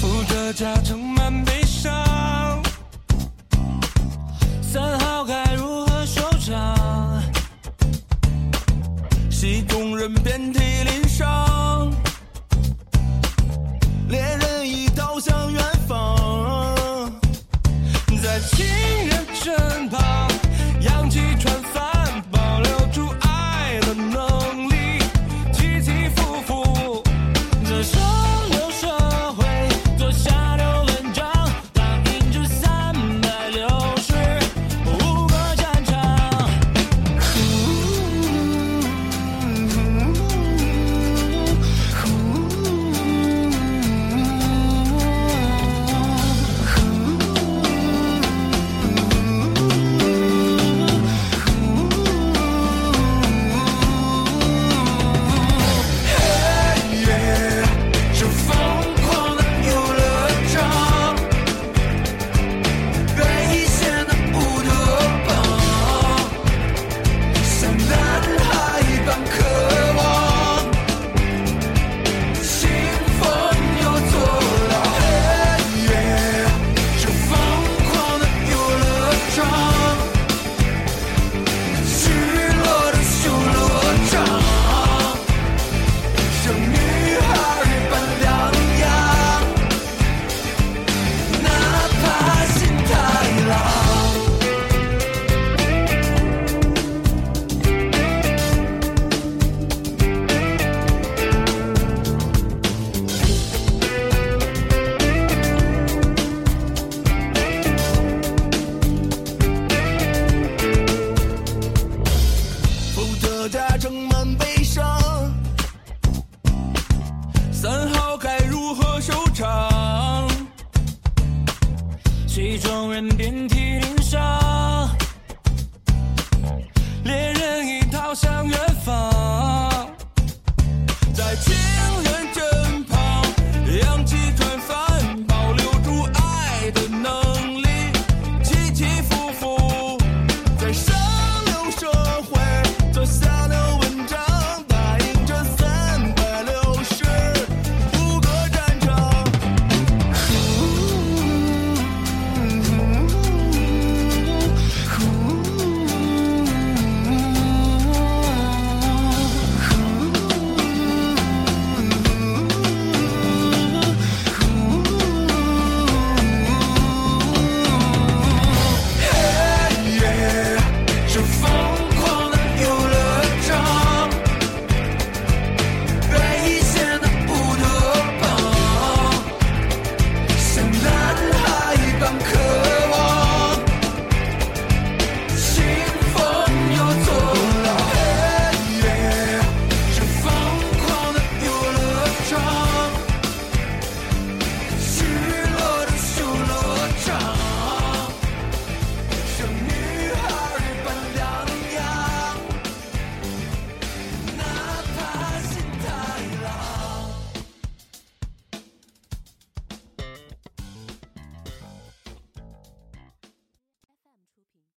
扶着家充满悲伤。三好该如何收场？戏中人遍体鳞伤，猎人已逃向远方，在情人身旁，扬起船帆，保留住爱的能力，起起伏伏。这上流社会，做下流文章，打印出三百六十五个战场。是疯狂的游乐场，兑现的不得榜，像男孩一般渴望，兴奋又作浪。是疯狂的游乐场，失落的修罗场。像女孩一般荡漾，哪怕心太老。伏特加盛满悲伤。三好该如何收场？戏中人遍体鳞